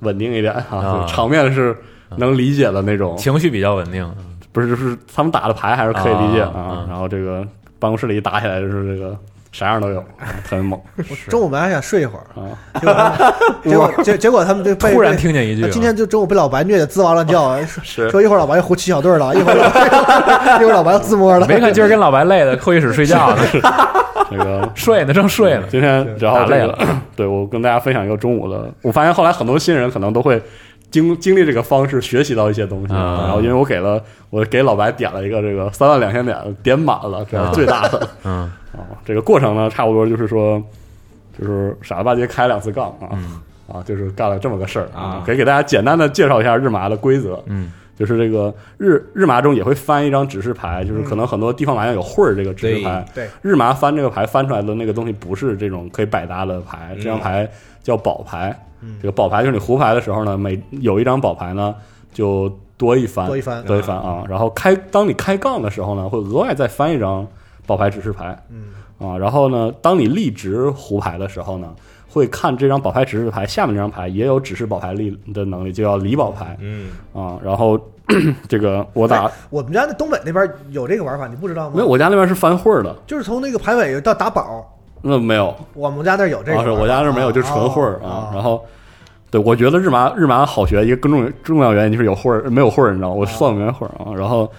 S5: 稳定一点啊，
S3: 啊
S5: 就场面是能理解的那种。
S3: 情绪比较稳定。
S5: 不是，就是他们打的牌还是可以理解的
S3: 啊
S5: 啊
S3: 嗯。
S5: 然后这个办公室里打起来就是这个啥样都有，啊特别猛
S4: 我中午本来还想睡一会儿，
S5: 啊！
S4: 结 果结果结结果他们就被
S3: 突然
S4: 被
S3: 听见一句
S4: 啊，今天就中午被老白虐的滋哇乱 叫，啊说
S5: 是
S4: 说一会儿老白要胡七小对儿了，一会儿老白 一会儿老白要自摸了。
S3: 没看今儿跟老白累的，会议室睡觉呢，
S5: 这个
S3: 睡呢，正睡呢。
S5: 嗯今天然后
S3: 打累
S5: 这个， 对我跟大家分享一个中午的，我发现后来很多新人可能都会。经经历这个方式，学习到一些东西。
S3: 啊
S5: 然后，因为我给了我给老白点了一个这个三万两千点，点满了，这
S3: 啊
S5: 是最大的。
S3: 嗯
S5: 啊，这个过程呢，差不多就是说，就是傻了吧唧开两次杠啊、
S3: 嗯
S5: 啊，就是干了这么个事儿
S2: 啊
S5: 可以给大家简单的介绍一下日麻的规则，
S3: 嗯
S5: 就是这个日日麻中也会翻一张指示牌，就是可能很多地方麻将有会儿这个指示牌，
S4: 对对
S5: 日麻翻这个牌翻出来的那个东西不是这种可以百搭的牌，这张牌叫宝牌，
S4: 嗯
S5: 这个宝牌就是你胡牌的时候呢，每有一张宝牌呢就多 一翻，
S4: 多一翻
S5: 多一翻啊，然后开当你开杠的时候呢，会额外再翻一张宝牌指示牌，
S4: 嗯，
S5: 啊，然后呢，当你立直胡牌的时候呢，会看这张宝牌指示牌下面这张牌也有指示宝牌立的能力，就叫离宝牌
S2: 嗯，
S5: 啊。然后 这个我打
S4: 哎，我们家那东北那边有这个玩法，你不知道吗？
S5: 没有，，我家那边是翻会儿的，
S4: 就是从那个牌尾到打宝，
S5: 那没有，
S4: 我们家那儿有这个
S5: 啊，
S4: 玩
S5: 是
S4: 法。
S5: 我家那儿没有，就纯会儿
S4: 哦
S5: 啊。然后，对我觉得日麻日麻好学，一个更重重要原因就是有会儿没有会儿，你知
S4: 哦
S5: 道吗，我算不明白会儿啊。然后，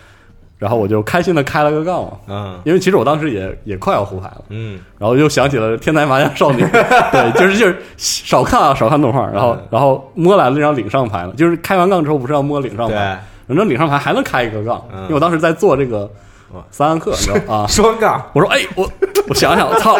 S5: 然后我就开心的开了个杠嘛，
S2: 嗯
S5: 因为其实我当时也也快要胡牌了。
S2: 嗯，
S5: 然后又想起了《天才麻 将少女》，对，就是就是少看啊，少看动画，然后
S2: 嗯
S5: 然后摸来了那张领上牌了，就是开完杠之后不是要摸领上牌，
S2: 对，
S5: 反正领上牌还能开一个杠，
S2: 嗯
S5: 因为我当时在做这个
S2: 哇，
S5: 三暗课，你知道啊
S2: 双杠，
S5: 我说哎，我我想想，我 操，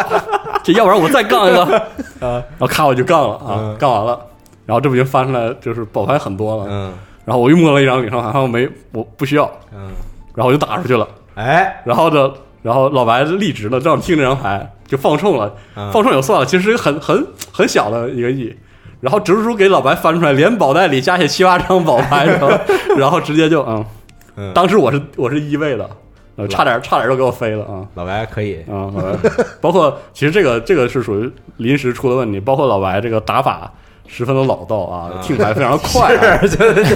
S5: 这要不然我再杠一个， 然后咔我就杠了啊
S2: 嗯，
S5: 杠完了，然后这不就翻出来就是宝牌很多了，
S2: 嗯
S5: 然后我又摸了一张领上牌，然后没我不需要，
S2: 嗯，
S5: 然后我就打出去了。
S2: 哎，
S5: 然后呢，然后老白立直了，正好听这张牌，就放冲了，
S2: 嗯
S5: 放冲也就算了，其实是一个很很很小的一个亿。然后直叔给老白翻出来，连保带里加起七八张保牌， 然后然后直接就嗯，
S2: 嗯，
S5: 当时我是我是一位的，呃差点差点就给我飞了啊
S2: 老白可以，
S5: 啊！老白，包括其实这个这个是属于临时出的问题，包括老白这个打法十分的老道啊
S2: 啊，
S5: 听牌非 常快啊，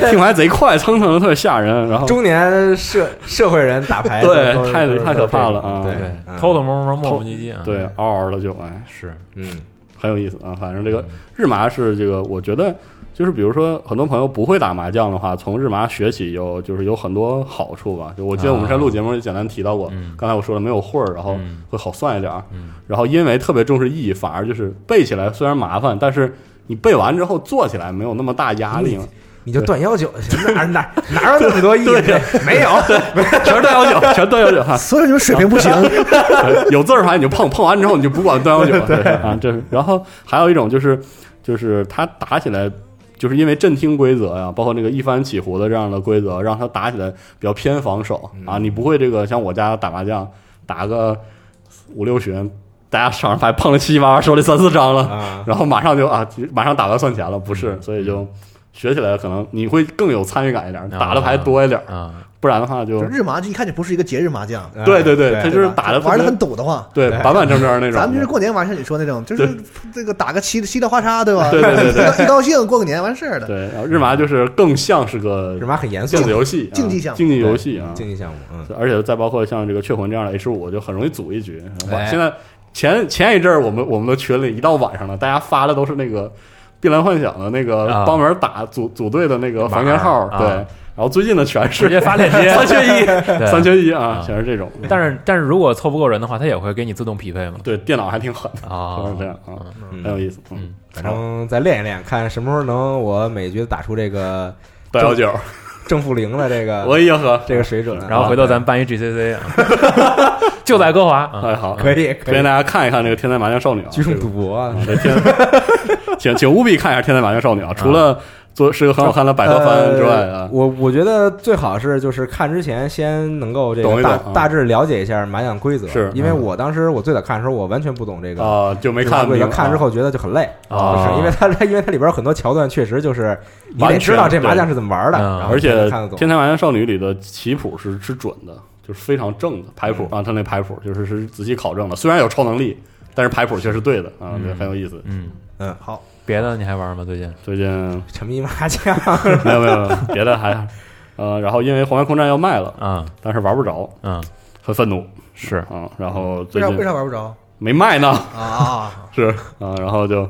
S5: 听牌贼快，蹭蹭的特别吓人，然后
S2: 中年社社会人打牌都，
S5: 哦对
S2: 都是
S5: 太
S2: 都是
S5: 太可怕了啊
S2: 对
S3: 对，
S2: 嗯
S3: 偷偷摸摸磨磨唧唧啊，
S5: 对嗷嗷的就哎
S3: 是，
S2: 嗯
S5: 很有意思啊。反正这
S3: 嗯
S5: 个日麻是这个，我觉得就是比如说很多朋友不会打麻将的话，从日麻学起有就是有很多好处吧。就我记得我们在录节目也简单提到过，
S3: 嗯
S5: 刚才我说了没有混儿，然后
S3: 嗯
S5: 会好算一点儿。
S3: 嗯
S5: 然后因为特别重视意义，反而就是背起来虽然麻烦，但是你背完之后做起来没有那么大压力嘛。
S2: 你就断幺九 去，哪儿哪儿哪有那么多亿？没有，
S5: 全是断幺九，全是断幺九哈。
S4: 所以你们水平不行，
S5: 对 有字儿牌你就碰，碰完之后你就不管端幺九了。对啊，这是。然后还有一种就是，就是他打起来，就是因为震听规则呀、包括那个一番起胡的这样的规则，让他打起来比较偏防守
S4: 嗯
S5: 啊。你不会这个像我家打麻将打个五六巡，大家手上牌碰了七七八八，手里三四张了，
S2: 啊，
S5: 然后马上就啊，马上打完算钱了，不
S4: 嗯
S5: 是，所以就。学起来可能你会更有参与感一点，打的牌多一点，
S3: 啊，
S5: 不然的话就
S4: 就日麻就一看就不是一个节日麻将，
S5: 对对对，
S2: 啊对
S5: 他就
S4: 对
S5: 是
S4: 吧
S5: 打的
S4: 玩的很堵得慌。
S5: 对板板正正那种。
S4: 咱们就是过年玩，像你说那种，就是
S5: 对
S4: 这个打个七七里花叉，对吧？
S5: 对对对对
S4: 一高一高兴过个年完事儿了。
S5: 对，然后日麻就是更像是个
S2: 日麻很严肃
S5: 电，子游戏、啊、
S4: 竞技项目
S5: 竞技游戏啊，
S2: 竞技项目，嗯，
S5: 而且再包括像这个雀魂这样的 H 五，就很容易组一局。哇
S2: 哎
S5: 现在前前一阵儿，我们我们的群里一到晚上了，大家发的都是那个《碧蓝幻想》的那个
S3: 啊
S5: 帮忙打组组队的那个房间号，
S3: 啊
S5: 对。然后最近的全
S3: 直接
S5: 是
S3: 发链接，
S5: 三缺一，
S3: 对
S5: 三缺一
S3: 啊
S5: 啊，全是这种。
S3: 但是但是如果凑不够人的话，它也会给你自动匹配嘛。
S5: 对电脑还挺狠，
S3: 啊
S5: 就是这样啊，
S2: 嗯
S5: 很有意思。
S3: 嗯
S5: 嗯，
S2: 反正再练一练，看什么时候能我每局打出这个
S5: 八幺九，
S2: 正负零的这个
S5: 我也喝，
S2: 这个水准，
S3: 然后回头咱
S2: 们
S3: 们办一 GCC 啊，就在歌华啊，
S5: 哎好，
S2: 可以
S5: 推
S2: 可
S5: 荐
S2: 以
S5: 大家看一看这个《天才麻将少女》啊，
S2: 举重
S5: 这个
S2: 赌博啊
S5: 啊，，这天，请请务必看一下《天才麻将少女》啊！除了做是个很好看的百合番之外
S2: 呃
S5: 啊，
S2: 我我觉得最好是就是看之前先能够这
S5: 懂
S2: 个
S5: 一
S2: 大
S5: 懂啊
S2: 大致了解一下麻将规则，
S5: 是
S2: 因为我当时我最早看的时候，我完全不懂这个
S5: 啊就没
S2: 这个
S5: 看哦
S2: 规
S5: 明
S2: 则，
S5: 白
S2: 看之后觉得就很累，
S3: 啊
S2: 就是因为它 因为它里边有很多桥段确实就是你
S5: 完
S2: 得
S5: 全
S2: 知道这麻
S5: 对
S2: 将是怎么玩的，
S3: 嗯
S2: 然后
S5: 啊而且
S2: 才啊能看得
S5: 《
S2: 懂
S5: 天才麻将少女》里的棋谱是是准的，就是非常正的牌谱
S2: 嗯
S5: 啊，他那牌谱就是是仔细考证了，虽然有超能力，但是牌谱却是对的啊，这很有意思。
S3: 嗯，
S4: 好，
S3: 别的你还玩吗？最近
S5: 最近
S2: 沉迷麻将，
S5: 没有没有没有别的还呃，然后因为《红外空战》要卖了，
S3: 啊
S5: 但是玩不着，
S3: 嗯
S5: 很愤怒
S3: 是
S5: 啊。然后最
S4: 为啥为
S5: 近
S4: 啥玩不着
S5: 没卖呢，
S4: 啊啊？
S5: 是啊，然后就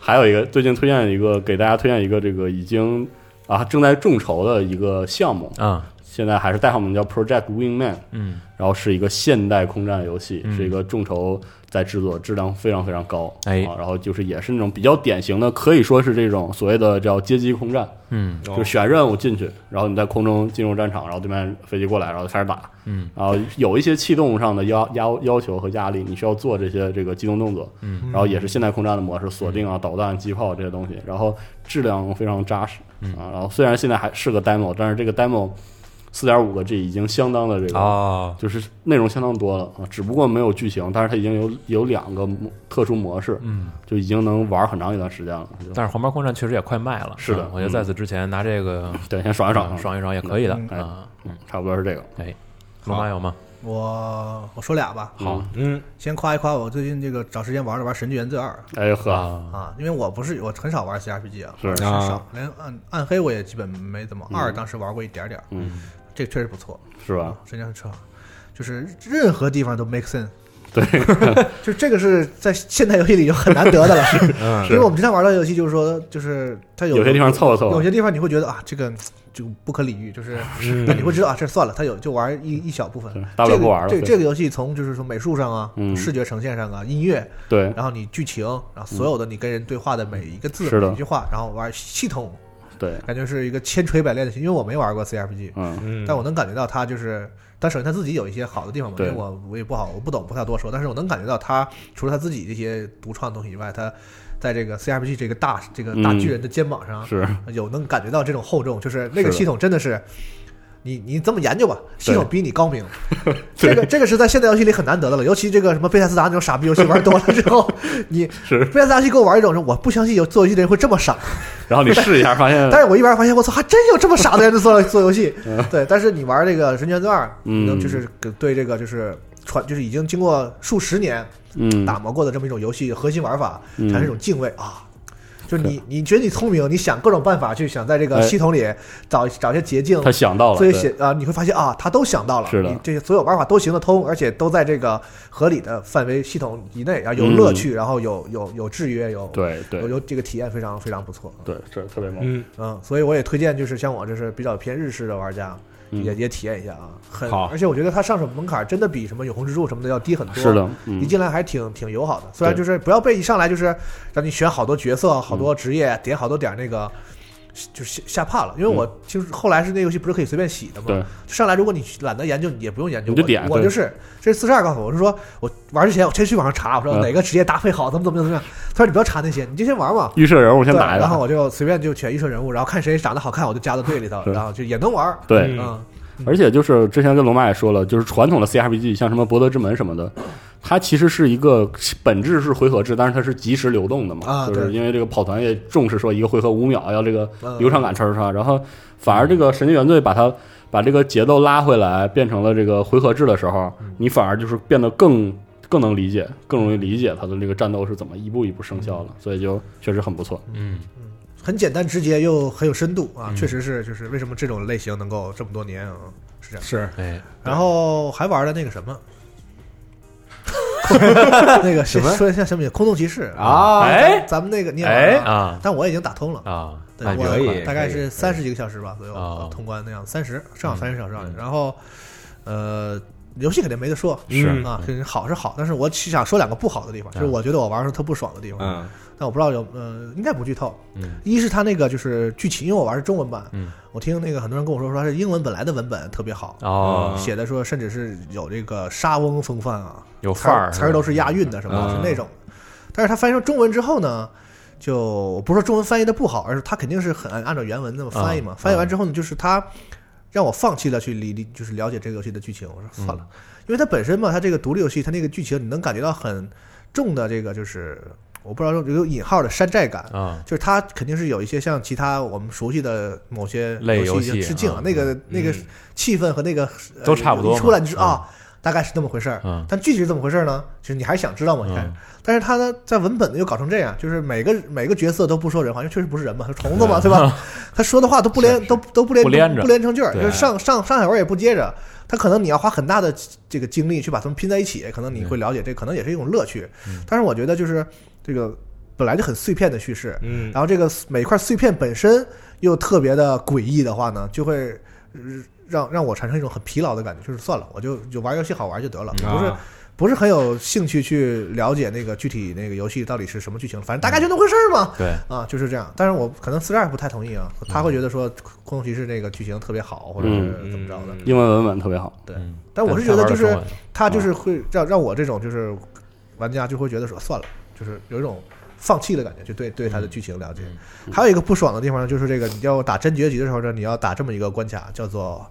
S5: 还有一个最近推荐一个给大家推荐一个这个已经啊正在众筹的一个项目，
S3: 啊
S5: 现在还是代号名叫 Project Wingman，
S3: 嗯
S5: 然后是一个现代空战游戏，
S3: 嗯
S5: 是一个众筹在制作，质量非常非常高，
S3: 哎
S5: 啊，然后就是也是那种比较典型的，可以说是这种所谓的叫街机空战，
S3: 嗯
S5: 就是选任务进去，然后你在空中进入战场，然后对面飞机过来，然后开始打，
S3: 嗯，
S5: 然后有一些气动上的要要要求和压力，你需要做这些这个机动动作，
S3: 嗯，
S5: 然后也是现代空战的模式，锁定啊、导弹、机炮这些东西，然后质量非常扎实
S3: 嗯
S5: 啊。然后虽然现在还是个 demo，但是这个 demo 四点五个 G 已经相当的这个。
S3: 哦
S5: 就是内容相当多了啊，只不过没有剧情，但是它已经有有两个模特殊模式，
S3: 嗯，啊
S5: 就已经能玩很长一段时间了。就
S3: 但是黄牌空战确实也快卖了，
S5: 是的
S3: 嗯我觉得在此之前拿这个
S5: 对，先爽一爽，
S3: 嗯爽一爽也可以的啊。
S5: 嗯，差不多是这个。
S3: 哎，龙妈有吗？
S4: 我我说俩吧，
S5: 好，
S2: 嗯，
S4: 先夸一夸我最近这个找时间玩了玩《神剧原罪二
S5: 哎呵，
S3: 啊》嗯
S4: 啊，因为我不是我很少玩 CRPG 啊，
S5: 是
S4: 很
S2: 啊
S4: 少，连暗暗黑我也基本没怎么，二当时玩过一点点儿，
S5: 嗯，
S4: 这个确实不错，
S5: 是吧？
S4: 神剧很爽，就是任何地方都 make sense。
S5: 对，
S4: 就这个是在现代游戏里就很难得的 了，
S2: 嗯
S4: 因为我们经常玩到游戏，就是说，就是它有
S5: 有些地方凑合凑
S4: 有
S5: 合，
S4: 些地方你会觉得啊，这个这个不可理喻， 就是
S2: 嗯
S4: 那你会知道啊，这算了，它有就玩一一小部分
S5: 是， 大不了不玩了
S4: 这个
S5: 对
S4: 这个游戏从就是说美术上啊、
S5: 嗯
S4: 视觉呈现上啊、音乐，
S5: 对，
S4: 然后你剧情，然后所有的你跟人对话的每一个字、
S5: 是的
S4: 每一句话，然后玩系统，
S5: 对，
S4: 感觉是一个千锤百炼的。因为我没玩过 CRPG，
S5: 嗯，
S2: 嗯
S4: 但我能感觉到它就是，但首先它自己有一些好的地方嘛，因
S5: 对
S4: 为我我也不好，我不懂，不太多说。但是我能感觉到它除了它自己这些独创的东西以外，它在这个 CRPG 这个大这个大
S5: 嗯
S4: 巨人的肩膀上，
S5: 是
S4: 有能感觉到这种厚重，就是那
S5: 是
S4: 个
S5: 的
S4: 系统真的是。你你这么研究吧，系统
S5: 对
S4: 比你高明。这个这个是在现代游戏里很难得的了，尤其这个什么贝塞斯达那种傻逼游戏玩多了之 后，你
S5: 是
S4: 贝塞斯达去给我玩一种，说我不相信有做游戏的人会这么 傻，
S5: 然后你试一下，发现
S4: 但是我一玩发现我操，还真有这么傻的人做做游 戏。对，但是你玩这个《神权传二》，
S5: 嗯
S4: 能就是跟对这个就是传就是已经经过数十年
S5: 嗯
S4: 打磨过的这么一种游戏核心玩法，
S5: 嗯
S4: 产生一种敬畏啊。就是你，你觉得你聪明，你想各种办法去想在这个
S5: 哎
S4: 系统里找找一些捷径，
S5: 他想到了，
S4: 所以
S5: 对
S4: 写啊，你会发现啊，他都想到了，
S5: 是的
S4: 你这些所有玩法都行得通，而且都在这个合理的范围系统以内，然后有乐趣，然后有有有制约，有
S5: 嗯对对
S4: 有有这个体验非常非常不错，
S5: 对，这特别猛，
S2: 嗯，
S4: 嗯，所以我也推荐就是像我这是比较偏日式的玩家，
S5: 嗯
S4: 也也体验一下啊，很
S2: 好
S4: 而且我觉得它上手门槛真的比什么永恒之柱什么的要低很多，
S5: 是的，嗯
S4: 一进来还挺挺友好的。虽然
S5: 对嗯
S4: 就是不要被一上来就是让你选好多角色、好多职业、点好多点儿那个，就是吓吓怕了。因为我听说后来是那游戏不是可以随便洗的吗？
S5: 嗯对
S4: 上来如果你懒得研究，你也不用研究。
S5: 你就
S4: 我
S5: 点
S4: 我
S5: 对
S4: 就是这四十二告诉我，我是说我玩之前我先去网上查，我说
S5: 嗯
S4: 哪个职业搭配好，怎么怎么怎么样。他说你不要查那些，你就先玩嘛。
S5: 预设人物先
S4: 对
S5: 打一
S4: 然后
S5: 打，
S4: 我就随便就选一设人物，然后看谁长得好看，我就加到队里头，
S5: 对
S4: 然后就也能玩儿。
S5: 对，啊
S2: 嗯
S4: 嗯，
S5: 而且就是之前跟龙马也说了，就是传统的 CRPG，像什么《博德之门》什么的，它其实是一个本质是回合制，但是它是即时流动的嘛。
S4: 啊
S5: 就是
S4: 对
S5: 因为这个跑团也重视说一个回合五秒要这个
S4: 嗯
S5: 流畅感唰唰唰，然后反而这个《神经原罪》把它把这个节奏拉回来，变成了这个回合制的时候，
S4: 嗯
S5: 你反而就是变得更。更能理解，更容易理解它的这个战斗是怎么一步一步生效
S4: 嗯
S5: 的，所以就确实很不错。
S3: 嗯，
S4: 很简单直接又很有深度啊，
S3: 嗯
S4: 确实是就是为什么这种类型能够这么多年啊，是这样。
S2: 是
S3: 哎，
S4: 然后还玩了那个 什么，那个
S2: 什么
S4: 说一下什么空洞骑士，
S2: 啊，
S3: 哎
S4: 咱们那个你也
S3: 哎
S4: 玩了啊，
S3: 啊
S4: 但我已经打通了。
S3: 啊，
S4: 对
S3: 那
S4: 我
S3: 就
S2: 可以
S4: 大概是
S2: 可以
S4: 三十几个小时吧左右、
S3: 哦
S4: 通关那样，三十正好
S3: 嗯
S4: 三十小时上去。
S3: 嗯
S4: 然后，呃，游戏肯定没得说，
S3: 是
S2: 嗯
S4: 啊，就是好是好，但是我只想说两个不好的地方，就是
S3: 啊
S4: 我觉得我玩的时候特不爽的地方。
S2: 嗯
S4: 但我不知道有呃，应该不剧透。
S3: 嗯
S4: 一是它那个就是剧情，因为我玩的是中文版，
S3: 嗯
S4: 我听那个很多人跟我说，说它是英文本来的文本特别好，
S3: 哦，
S4: 写的说甚至是有这个沙翁风范啊，
S3: 有
S4: 词
S3: 范
S4: 儿
S3: 儿
S4: 词儿都是押韵的，什么、
S2: 嗯
S4: 是那种的。但是他翻译成中文之后呢，就我不是说中文翻译的不好，而是他肯定是很按按照原文那么翻译嘛。
S3: 嗯
S4: 翻译完之后呢，就是他让我放弃了去理理，就是了解这个游戏的剧情。我说
S3: 嗯
S4: 算了，因为它本身嘛，它这个独立游戏，它那个剧情你能感觉到很重的这个就是我不知道有有引号的山寨感。
S3: 啊，
S4: 就是它肯定是有一些像其他我们熟悉的某些
S3: 类游
S4: 戏
S3: 戏
S4: 致敬了，啊
S3: 嗯
S4: 那个那个
S2: 嗯
S4: 气氛和那个呃
S3: 都差不多
S4: 一出来
S3: 嘛
S4: 你就知道啊，大概是那么回事儿。
S3: 嗯
S4: 但具体是怎么回事呢？就是你还想知道吗？你看
S3: 嗯，
S4: 但是他呢，在文本呢又搞成这样，就是每个每个角色都不说人话，因为确实不是人嘛，是虫子嘛，对吧？他说的话都不连，都都不
S3: 嗯
S4: 连，
S3: 不连着
S4: 不连成句儿，就
S3: 对
S4: 是上上上下文也不接着。他可能你要花很大的这个精力去把它们拼在一起，可能你会了解这，可能也是一种乐趣。
S3: 嗯
S4: 但是我觉得就是这个本来就很碎片的叙事，
S2: 嗯
S4: 然后这个每块碎片本身又特别的诡异的话呢，就会呃让让我产生一种很疲劳的感觉，就是算了，我就就玩游戏好玩就得了，
S3: 嗯
S4: 不是
S2: 啊
S4: 不是很有兴趣去了解那个具体那个游戏到底是什么剧情，反正大概就那回事儿嘛。
S3: 对，
S4: 啊，就是这样。但是我可能四十二不太同意啊，他会觉得说《空洞骑士》这个剧情特别好，或者是怎么着的。
S2: 嗯
S5: 英文文本特别好，
S3: 嗯
S4: 但我是觉得就是
S3: 但他玩的中文
S4: 他就是会让让我这种就是玩家就会觉得说算了，就是有一种放弃的感觉，就对对他
S5: 嗯
S4: 的剧情了解。还有一个不爽的地方就是这个，你要打真结局的时候呢，你要打这么一个关卡，叫做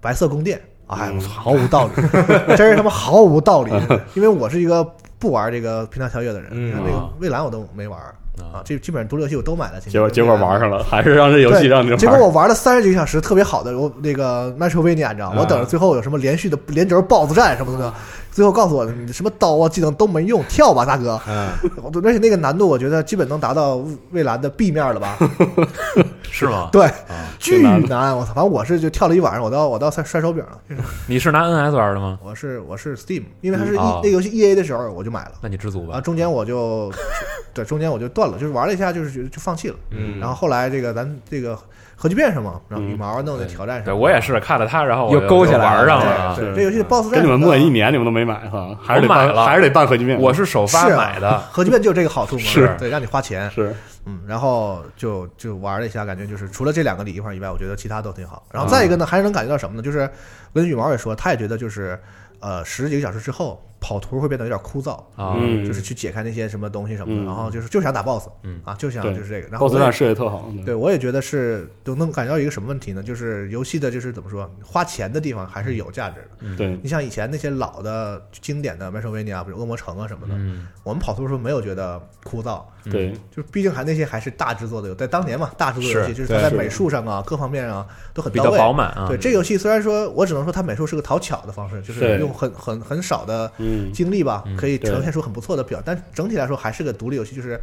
S4: 白色宫殿。哎，
S5: 嗯
S4: 我操毫无道理， 真是他妈毫无道 理。因为我是一个不玩这个平台跳跃的人，
S2: 嗯
S4: 你看那个蔚蓝我都没玩啊，这基本上独立游戏我都买了。
S5: 结果结果玩上了，还是让这游
S4: 对
S5: 戏让你玩
S4: 结果我玩了三十几个小时，特别好的，我那个 Metrovania，你知道吗，我等着最后有什么连续的连轴 BOSS 战什么的，最后告诉我你什么刀啊技能都没用，跳吧大哥。
S2: 嗯
S4: 我而且那个难度，我觉得基本能达到蔚蓝的 B 面了吧？
S3: 是吗？
S4: 对，巨难！我操，反正我是就跳了一晚上，我到我到摔摔手柄了。就是
S3: 你是拿 NS 玩的吗？
S4: 我是我是 Steam，因为它是
S3: 嗯
S4: E
S3: 哦
S4: 那游戏 EA 的时候我就买了，
S3: 那你知足
S4: 然后
S3: 吧。
S4: 中间我就对中间我就断了，就是玩了一下，就是觉得就放弃了。
S2: 嗯
S4: 然后后来这个咱这个核聚变上嘛，然后羽毛弄的挑战
S3: 对
S4: 上，
S3: 我也是看了他，然后我
S2: 又勾起来
S3: 玩
S2: 了
S3: 上了
S4: 对
S3: 啊。
S4: 对，
S5: 是
S4: 这游戏的 BOSS 战
S5: 跟你们
S4: 什么
S5: 磨
S4: 的
S5: 一年，你们都没买哈，还是得
S3: 我买
S5: 办
S3: 了
S5: 还是得办合集面。
S3: 我是首发
S4: 是啊
S3: 买的，
S4: 核聚变就有这个好处嘛，
S3: 是
S4: 对，让你花钱，
S5: 是
S4: 嗯，然后就就玩了一下，感觉就是除了这两个礼
S5: 嗯
S4: 仪以外，我觉得其他都挺好。然后再一个呢，还是能感觉到什么呢？就是跟羽毛也说，他也觉得就是呃十几个小时之后，跑图会变得有点枯燥，
S3: 啊，
S5: 嗯
S4: 就是去解开那些什么东西什么的，
S5: 嗯
S4: 然后就是就想打 boss，
S3: 嗯
S4: 啊，就想
S5: 对
S4: 就是这个，然后
S5: ，BOSS
S4: 我也
S5: 战设计特好，嗯
S4: 对，我也觉得是都能感觉到一个什么问题呢？就是游戏的，就是怎么说，花钱的地方还是有价值的。
S5: 对，
S4: 你像以前那些老的经典的《麦手维尼亚》，比如《恶魔城》啊什么的，
S3: 嗯
S4: 我们跑图的时候没有觉得枯燥，
S5: 对，
S4: 就是毕竟还那些还是大制作的游，在当年嘛，大制作游
S2: 是
S4: 戏就是它在
S5: 对
S4: 美术上啊各方面啊都很
S3: 比
S4: 到
S3: 较
S4: 位。
S3: 饱满啊，
S4: 对这个游戏，虽然说我只能说它美术是个讨巧的方式，就是
S5: 对
S4: 用很很很少的
S5: 嗯，
S4: 精力吧，可以
S5: 对
S4: 呈现出很不错的表，但整体来说还是个独立游戏，就是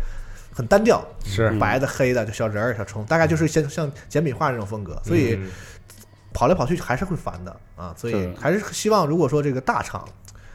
S4: 很单调，
S2: 是
S5: 嗯
S4: 白的、黑的，就小人儿、小虫，大概就是像像简笔画那种风格，所以
S3: 嗯
S4: 跑来跑去还是会烦的啊。所以
S5: 是
S4: 还是希望，如果说这个大厂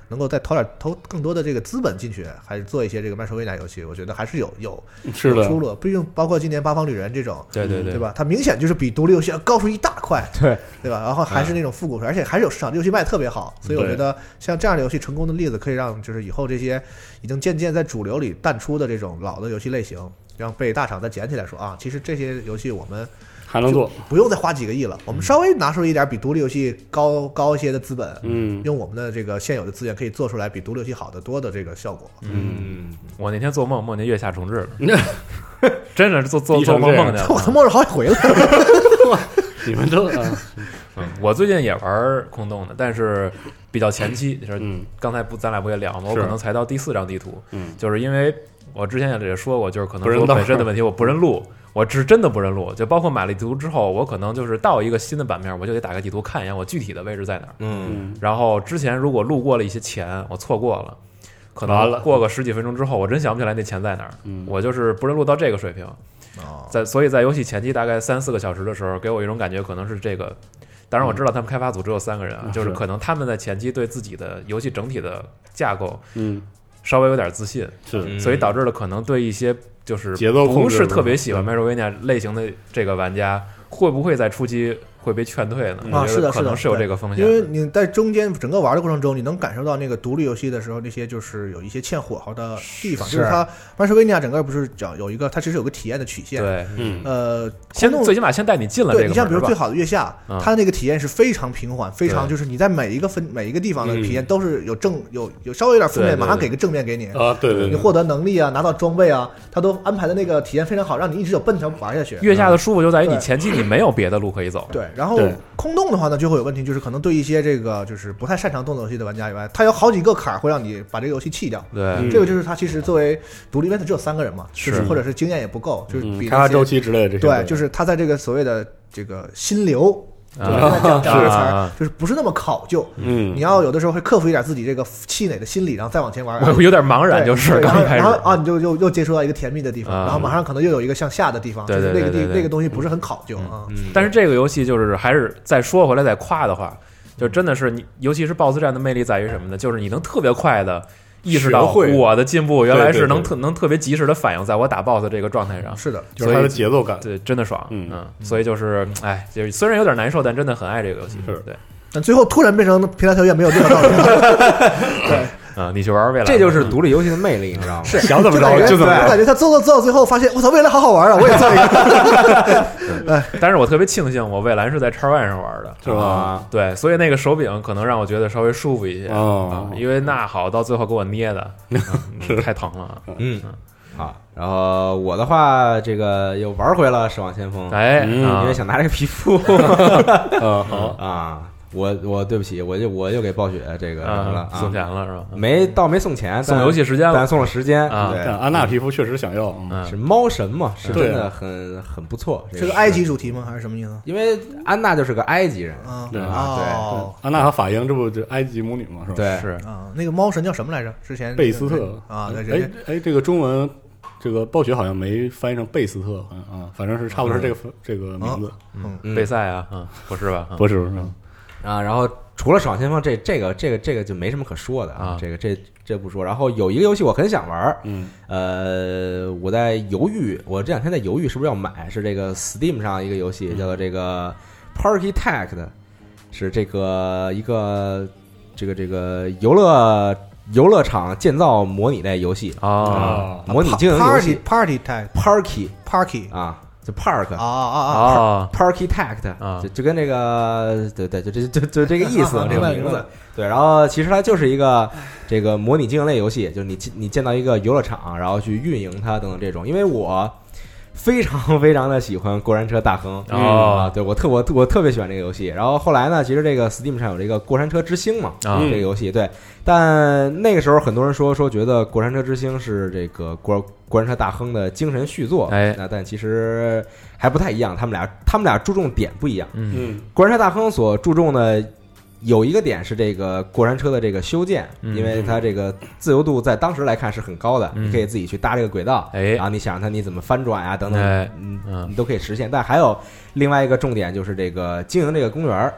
S4: 能够再投点投更多的这个资本进去，还是做一些这个卖手微奶游戏，我觉得还是有有
S5: 是
S4: 有
S5: 的
S4: 出，路。毕竟包括今年《八方旅人》这种，
S3: 对对
S4: 嗯对？吧？它明显就是比独立游戏要高出一大 块，
S2: 对
S4: 对吧？然后还是那种复古，而且还是有市场，这游戏卖得特别好，所以我
S5: 对
S4: 觉得像这样的游戏成功的例子，可以让就是以后这些已经渐渐在主流里淡出的这种老的游戏类型，让被大厂再捡起来说啊，其实这些游戏我们
S5: 还能做，
S4: 不用再花几个亿了，我们稍微拿出一点比独立游戏高高一些的资本，
S5: 嗯
S4: 用我们的这个现有的资源，可以做出来比独立游戏好得多的这个效果。
S5: 嗯，
S3: 我那天做梦梦见月下重置了，
S2: 嗯
S3: 真的是做做做梦
S5: 逼成这样
S3: 梦见
S4: 我他
S3: 了。
S4: 摸着好几回了，
S5: 你们都，啊
S3: 嗯我最近也玩空洞的，但是比较前期，就是
S5: 嗯
S3: 刚才不咱俩不也聊吗？我
S5: 是
S3: 可能才到第四张地图，
S5: 嗯，
S3: 就是因为我之前也说过，就是可能
S5: 不
S3: 是
S5: 认
S3: 我
S5: 道
S3: 本身的问题，我不认路，我是真的不认路。就包括买了地图之后，我可能就是到一个新的版面，我就得打开地图看一眼我具体的位置在哪儿。
S2: 嗯，
S5: 嗯，
S3: 然后之前如果路过了一些钱，我错过了，可
S5: 完了
S3: 能过个十几分钟之后，我真想不起来那钱在哪儿。
S5: 嗯
S3: 我就是不认路到这个水平，
S4: 哦，
S3: 在所以在游戏前期大概三四个小时的时候，给我一种感觉，可能是这个。当然我知道他们开发组只有三个人啊，
S5: 嗯
S3: 就是
S5: 是
S3: 可能他们在前期对自己的游戏整体的架构
S5: 嗯，
S3: 稍微有点自信，
S5: 是，
S3: 所以导致了可能对一些就是
S5: 节奏控
S3: 不
S5: 制
S3: 是
S5: 不
S3: 特
S5: 好
S3: 别喜欢
S5: 嗯
S3: 《Metroidvania》类型的这个玩家，会不会在初期会被劝退呢？
S5: 嗯
S3: 我
S4: 啊
S3: 觉
S4: 是的
S3: 得可
S4: 是的
S3: 能是有
S4: 对
S3: 这个风险
S4: 因
S3: 的。
S4: 为你在中间整个玩的过程中，你能感受到那个独立游戏的时候，那些就是有一些欠火候的地方，
S2: 是
S4: 就是它《曼士维尼亚》整个不是讲有一个，它其实有个体验的曲线。
S3: 对，
S5: 嗯，
S4: 呃，
S3: 先
S4: 空洞
S3: 最起码先带你进了这
S4: 对
S3: 个
S4: 你像比如
S3: 门
S4: 最
S3: 儿吧。
S4: 好的月下
S3: 嗯，
S4: 它那个体验是非常平缓，非常
S3: 对
S4: 就是你在每一个分每一个地方的
S5: 嗯
S4: 体验都是有正有有稍微有点负
S3: 对
S4: 面，
S3: 对
S4: 马上
S3: 对哦
S4: 给个正面给你，
S5: 啊，对对
S4: 你
S5: 对，
S4: 获得能力啊，拿到装备啊，它都安排的那个体验非常好，让你一直有奔头玩下去。
S3: 月下的舒服就在于你
S4: 嗯对
S3: 前期你没有别的路可以走，
S4: 对，然后
S5: 对
S4: 空洞的话呢，就会有问题，就是可能对一些这个就是不太擅长动作游戏的玩家以外，它有好几个坎儿会让你把这个游戏弃掉。
S3: 对
S5: 嗯
S4: 这个就是它其实作为独立，因为它只有三个人嘛，就是或者是经验也不够，就是
S5: 嗯
S4: 比
S5: 开
S4: 那
S5: 发
S4: 些
S5: 周期之类的这些，
S4: 对，就是它在这个所谓的这个心流。
S3: 啊
S4: 就是现在这样这样
S3: 啊
S4: 的词
S3: 啊
S4: 儿
S3: 啊，
S4: 就是不是那么考究。
S5: 嗯
S4: 你要有的时候会克服一点自己这个气馁的心理，然后再往前玩。
S3: 我有点茫然，
S4: 嗯对
S3: 就是
S4: 对然
S3: 刚
S4: 后
S3: 一开始
S4: 然后啊，你就又又接触到一个甜蜜的地方，
S3: 啊
S4: 然后马上可能又有一个向下的地方，
S3: 对
S4: 就是
S3: 对
S4: 那个
S3: 对
S4: 地
S3: 对对嗯
S4: 那个东西不是很考究啊。
S3: 但是这个游戏就是还是再说回来再夸的话，就真的是你，尤其是 BOSS 战的魅力在于什么呢？就是你能特别快的意识到
S5: 学会
S3: 我的进步原来是
S5: 对对对
S3: 能特能特别及时的反映在我打 BOSS 这个状态上，
S4: 啊是的，
S5: 就是它的节奏感，
S3: 对，真的爽，
S5: 嗯
S3: 嗯，所以就是哎，就是虽然有点难受，但真的很爱这个游戏，
S5: 是
S3: 对，
S4: 但最后突然变成平台条约没有这个 道理，
S3: 嗯，你去玩未来吧，
S2: 这就是独立游戏的魅力，你知道吗？
S4: 是
S5: 想怎 么着就怎么
S4: 我
S5: 着
S4: 感，觉他做做做到最后发现，我操，未来好好玩啊！我也做一个，
S3: 但是我特别庆幸我蔚蓝是在叉 Y 上玩的，
S5: 是
S2: 啊
S5: 吧？
S3: 对，所以那个手柄可能让我觉得稍微舒服一些，
S5: 哦
S3: 啊因为那好到最后给我捏 的，嗯太疼了啊，
S2: 嗯，好，然后我的话，这个又玩回了《守望先锋》，
S3: 哎，
S5: 嗯
S3: 啊
S2: 因为想拿这个皮肤
S5: 嗯，好，
S2: 啊。我我对不起，我就我又给暴雪这个什么了
S3: 啊，送钱
S2: 啊，
S3: 了是吧？
S2: 没到没送钱，
S3: 送
S2: 但
S3: 游戏时间了
S2: 但送了时间，
S3: 啊
S5: 但
S2: 对，
S5: 安娜皮肤确实想要，嗯
S3: 嗯
S2: 是猫神嘛，是
S5: 对
S2: 真的很很不错。
S4: 啊是个
S2: 个
S4: 埃及，主题吗？还是什么意思？
S2: 因为安娜就是个埃及人，
S3: 嗯
S4: 啊
S5: 对
S4: 哦
S5: 安娜和法英，这不就埃及母女吗？是吧？，
S2: 对，
S3: 是
S4: 啊，那个猫神叫什么来着？之前
S5: 贝斯特
S4: 啊，对
S5: 哎
S4: 对
S5: 哎，这个中文这个暴雪好像没翻译成贝斯特，好像啊，反正是差不多是这个这个名字，
S4: 嗯，
S2: 嗯
S3: 备赛啊，嗯，不是吧？嗯
S5: 不是不是，
S2: 啊，然后除了《守望先锋》这这个这个这个就没什么可说的
S3: 啊
S2: 这个这这不说。然后有一个游戏我很想玩儿，
S5: 嗯
S2: 呃，我在犹豫，我这两天在犹豫是不是要买，是这个 Steam 上一个游戏叫做这个 Parky Tech 的，是这个一个这个这个游乐游乐场建造模拟类游戏
S3: 啊，
S5: 啊，
S2: 模拟经营游
S4: party
S2: 戏
S4: party type
S2: Parky
S4: party
S2: 啊，就 Park
S4: 啊啊啊！
S3: 啊，
S2: Parkitect，
S3: 啊
S2: 就就跟这个，对对，就这就就这个意思
S4: 啊，
S2: 这个
S4: 明
S2: 名
S4: 白明
S2: 字
S4: 白。
S2: 对，然后其实它就是一个这个模拟经营类游戏，就是你进你建到一个游乐场，然后去运营它等等这种。因为我非常非常的喜欢过山车大亨
S3: 哦
S2: 啊，对我特我我特别喜欢这个游戏。然后后来呢，其实这个 Steam 上有这个过山车之星嘛，
S3: 啊
S4: 嗯
S2: 这个游戏对，但那个时候很多人说说觉得过山车之星是这个过过山车大亨的精神续作，
S3: 哎
S2: 那但其实还不太一样，他们俩他们俩注重点不一样。
S3: 嗯
S5: 嗯
S2: 过山车大亨所注重的有一个点是这个过山车的这个修建，
S3: 嗯
S2: 因为它这个自由度在当时来看是很高的，
S3: 嗯
S2: 你可以自己去搭这个轨道，
S3: 哎
S2: 然后你想让它你怎么翻转啊等等，
S3: 哎
S2: 嗯，
S3: 嗯
S2: 你都可以实现。但还有另外一个重点就是这个经营这个公园儿。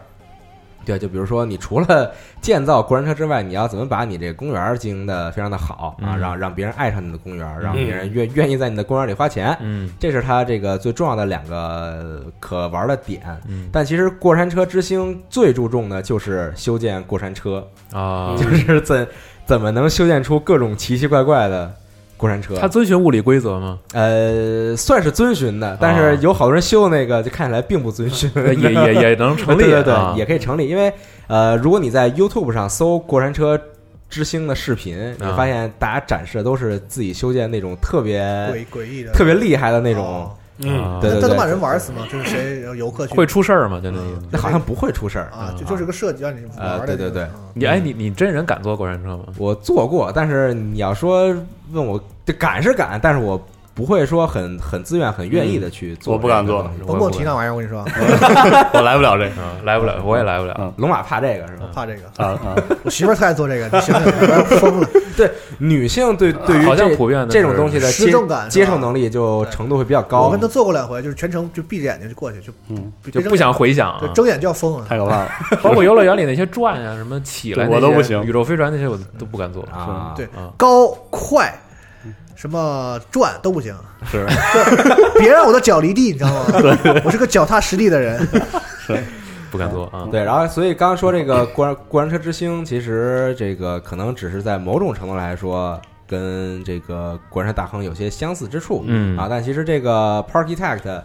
S2: 对，就比如说，你除了建造过山车之外，你要怎么把你这个公园儿经营的非常的好啊，
S3: 嗯
S2: 让让别人爱上你的公园儿，让
S5: 嗯
S2: 别人愿愿意在你的公园里花钱，
S3: 嗯
S2: 这是它这个最重要的两个可玩的点。
S3: 嗯
S2: 但其实过山车之星最注重的就是修建过山车，
S3: 啊，
S2: 就是怎怎么能修建出各种奇奇怪怪的过山车。
S3: 它遵循物理规则吗？
S2: 呃，算是遵循的，但
S3: 啊呃
S2: 是有好多人修那个就看起来并不遵循，
S3: 也 也也能成立，
S2: 对对对，
S3: 啊
S2: 也可以成立。因为呃，如果你在 YouTube 上搜过山车之星的视频，你
S3: 啊
S2: 发现大家展示的都是自己修建那种特别
S4: 诡诡异的，
S2: 特别厉害的那种
S4: 哦，，
S5: 嗯
S3: 啊
S2: 对对
S4: 这能把人玩死吗？就是谁呃游客去
S3: 会出事儿吗？就那意思。
S2: 那好像不会出事儿。
S4: 啊，就就是个设计让你玩
S2: 啊
S4: 的，
S2: 嗯对对对
S4: 嗯
S3: 你哎，你你真人敢坐过山车吗？
S2: 我坐过，但是你要说问我，这敢是敢，但是我不会说很很自愿、很愿意
S3: 嗯
S2: 的去做
S5: 我
S2: 这
S5: 不
S2: 个
S5: 敢
S2: 东西。
S5: 做
S4: 甭跟我提那玩意儿，我 跟你说，
S5: 我来不了这个
S3: 啊，来不了，我也来不了。
S5: 嗯
S2: 龙马怕这个是吧
S4: 我？怕这个。
S5: 啊啊，
S4: 我媳妇儿特爱做这个，你想想，我要疯了。
S2: 女性对对于
S3: 好像
S2: 这
S3: 普遍的
S2: 这种
S3: 是
S2: 东西的
S4: 失
S2: 接
S4: 重感是
S2: 接
S4: 吧
S2: 受能力就
S4: 对
S2: 程度会比较
S4: 我
S2: 高
S4: 跟。她做过两回，就是全程就闭着眼睛就过去，就
S5: 嗯
S4: 别
S3: 就
S4: 睁
S3: 不
S4: 眼
S3: 想回想啊、
S4: 对睁眼就要疯了。
S5: 太可怕了。啊
S3: 包括游乐园里那些转呀、什么起来那些，
S5: 我都不行
S3: 宇宙飞船那些我都不敢坐
S2: 啊，
S4: 对
S3: 啊，
S4: 高快，
S2: 嗯
S4: 什么转都不行，
S5: 是，
S4: 别让我的脚离地，你知道 吗？我是个脚踏实地的人。
S3: 不敢坐啊。
S2: 对，然后所以刚刚说这个过山过山车之星，其实这个可能只是在某种程度来说跟这个过山车大亨有些相似之处，
S3: 嗯
S2: 啊，但其实这个 Parkitect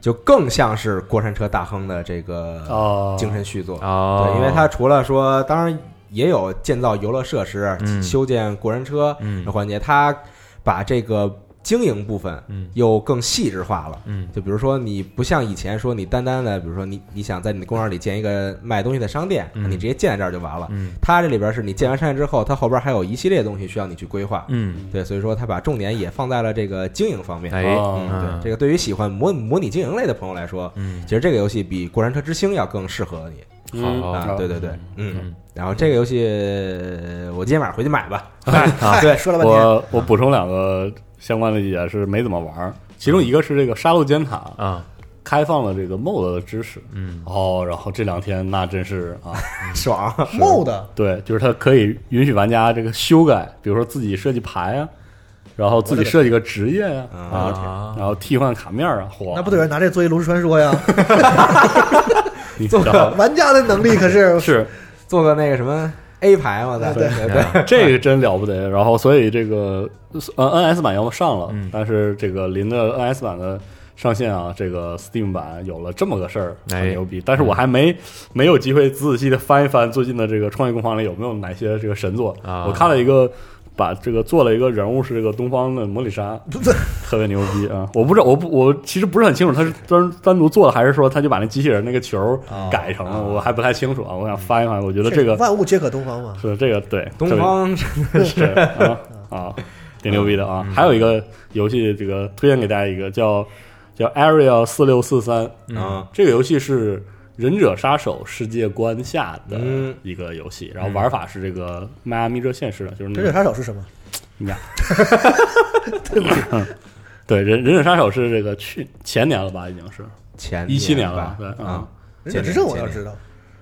S2: 就更像是过山车大亨的这个
S5: 哦，
S2: 精神续作
S3: 哦，
S2: 对，因为它除了说，当然也有建造游乐设施、
S3: 嗯
S2: 修建过山车
S3: 嗯
S2: 的环节，它把这个经营部分
S3: 嗯
S2: 又更细致化了。
S3: 嗯
S2: 就比如说，你不像以前说你单单的，比如说你你想在你的公园里建一个卖东西的商店，
S3: 嗯
S2: 你直接建在这儿就完了。
S3: 嗯
S2: 它这里边是你建完商店之后，它后边还有一系列东西需要你去规划。
S3: 嗯，
S2: 对，所以说它把重点也放在了这个经营方面。
S3: 哎，
S2: 嗯，对，这个对于喜欢模模拟经营类的朋友来说，
S3: 嗯
S2: 其实这个游戏比《过山车之星》要更适合你。
S5: 嗯
S3: 好
S2: 啊，对对对，嗯
S3: 哦嗯，
S2: 然后这个游戏呃我今天晚上回去买吧。
S5: 啊，
S2: 对
S4: 说了半天，
S5: 我我补充两个相关的也是没怎么玩儿，其中一个是这个杀戮尖塔
S3: 啊
S5: 开放了这个 MOD 的支持，
S3: 嗯
S5: 哦，然后这两天那真是啊，
S2: 爽，
S4: 木的
S5: 对，就是它可以允许玩家这个修改，比如说自己设计牌啊，然后自己设计个职业呀
S2: 嗯
S5: 啊，
S3: 啊
S5: 然后替换卡面啊，嚯，
S4: 那不得有人拿这做一炉石传 说呀？
S5: 你知道
S4: 玩家的能力可是
S5: 是
S2: 做个那个什么 A 牌嘛，咱
S4: 对
S2: 对对，
S5: 这个真了不得。然后，所以这个呃 NS 版要上了，但是这个临着 NS 版的上线啊，这个 Steam 版有了这么个事儿，
S3: 哎
S5: 很牛逼。但是我还没没有机会仔仔细的翻一翻最近的这个创业工坊里有没有哪些这个神作。
S3: 啊
S5: 我看了一个。把这个做了一个人物是这个东方的魔里莎，特别牛逼啊！我不知道，我不，我其实不是很清楚他是单单独做的，还是说他就把那机器人那个球改成了，我还不太清楚啊。我想翻一翻，我觉得这个
S4: 万物皆可东方嘛。
S5: 是这个对，
S2: 东
S5: 特别
S2: 方
S5: 是啊啊，挺牛逼的
S2: 嗯
S5: 啊！还有一个游戏，这个推荐给大家一个叫叫 Area 四六四三，
S2: 啊，
S5: 这个游戏是《忍者杀手》世界观下的
S2: 嗯
S5: 一个游戏，然后玩法是这个迈阿密热线式的，就是那
S4: 忍者
S5: 种
S4: 杀手是什么？
S5: 呀，对，忍忍者杀手是这个去前年了吧，已经是
S2: 前
S5: 17年
S2: 吧
S5: 了对，嗯
S2: 啊，
S4: 忍者之刃我要知道，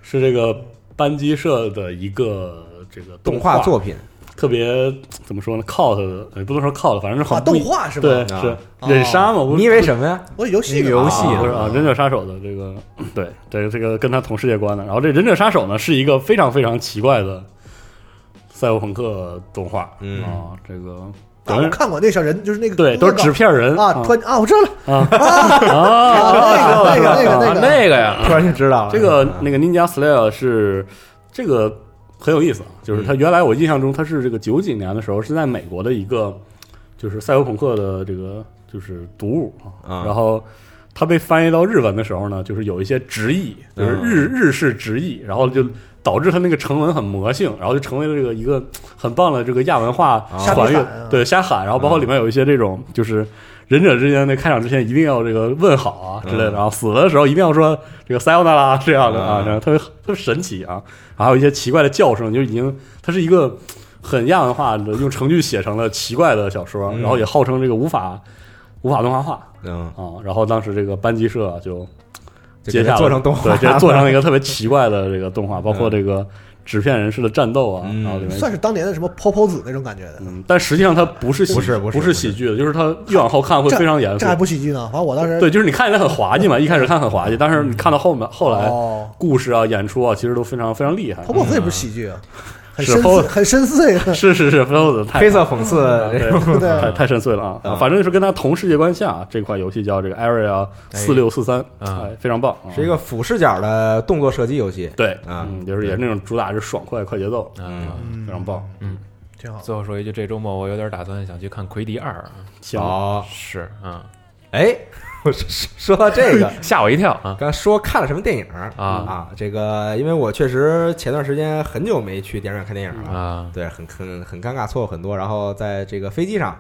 S5: 是这个班级社的一个这个
S2: 动
S5: 画
S2: 画作品
S5: 特别怎么说呢？cult 的，呃不能说 cult，反正是
S4: 啊，
S5: 很不
S4: 动
S5: 一
S4: 画是吧？
S5: 对，
S2: 啊
S5: 是忍杀嘛？不
S2: 你以为什么呀？
S4: 我游戏呢
S3: 游戏
S5: 不是
S4: 啊
S5: 啊，忍者杀手的这个，对，这个这个跟他同世界观的。然后这忍者杀手呢，是一个非常非常奇怪的赛博朋克动画，
S2: 嗯
S5: 啊，这个
S4: 啊，我看过那小人，就是那个
S5: 对，都是嗯纸片人
S4: 啊，突然啊，我知道了， 啊那个
S5: 啊，
S4: 那个那
S3: 啊
S4: 个
S3: 那个呀，
S2: 突然就知道了
S5: 这个那个 Ninja Slayer 是这个很有意思啊，就是它原来我印象中它是这个九几年的时候是在美国的一个就是赛博朋克的这个就是读物
S2: 啊
S5: 然后它被翻译到日文的时候呢，就是有一些直译，就是
S2: 嗯
S5: 日、日式直译，然后就。导致它那个成文很魔性，然后就成为了这个一个很棒的这个亚文化
S4: 瞎
S5: 传
S4: 比
S5: 阅，
S4: 喊啊
S5: 对瞎喊，然后包括里面有一些这种就是忍者之间的开场之前一定要这个问好啊之类
S2: 嗯
S5: 的，然后死了的时候一定要说这个塞欧那拉这样的啊
S2: 啊，
S5: 然后特别特别神奇啊，然后还有一些奇怪的叫声，就已经它是一个很亚文化的用程序写成了奇怪的小说，
S2: 嗯
S5: 然后也号称这个无法无法动画化
S2: 嗯，
S5: 啊，然后当时这个班级社 啊就
S2: 就
S5: 接
S2: 给它
S5: 下来
S2: 做成动画
S5: 对，
S2: 了，
S5: 直接做 成了一个特别奇怪的这个动画，包括这个纸片人式的战斗啊，
S2: 嗯
S5: 然后里面
S4: 算是当年的什么泡泡子那种感觉的，
S5: 嗯，但实际上它不是喜
S2: 不是不是
S5: 不是喜剧的，就是它越往后看会非常严肃
S4: 这。还不喜剧呢。反正我当时
S5: 对，就是你看起来很滑稽嘛，一开始看很滑稽，但是你看到后面后来
S4: 哦，
S5: 故事啊、演出啊，其实都非常非常厉害
S4: 泡。泡子也不是喜剧啊，很
S5: 嗯是
S4: 深
S5: 泡
S4: 邃，
S5: 泡
S4: 很深邃 的。
S5: 是是是，非常的太
S2: 黑色讽刺
S5: 嗯 对
S4: 对
S5: 太太深邃了啊！
S2: 啊
S5: 反正就是跟它同世界观下啊这款游戏叫这个 Area 四六四三，
S3: 啊
S5: 哎，非常棒，啊
S2: 哎嗯是一个俯视角的动作射击游戏，
S5: 对，
S2: 啊
S5: 嗯，就是也是那种主打是爽快快节奏，
S3: 嗯，
S4: 嗯
S5: 非常棒。
S4: 挺好。
S3: 最后说一句，这周末我有点打算想去看《奎迪二》啊，
S5: 行，
S2: 哦，
S3: 是啊，
S2: 哎， 我说说到这 个，
S3: 吓我一跳啊
S2: 刚才说看了什么电影啊
S3: 啊
S2: 这个因为我确实前段时间很久没去电影院看电影了，
S3: 啊！
S2: 对，很很很尴尬，错过很多。然后在这个飞机上，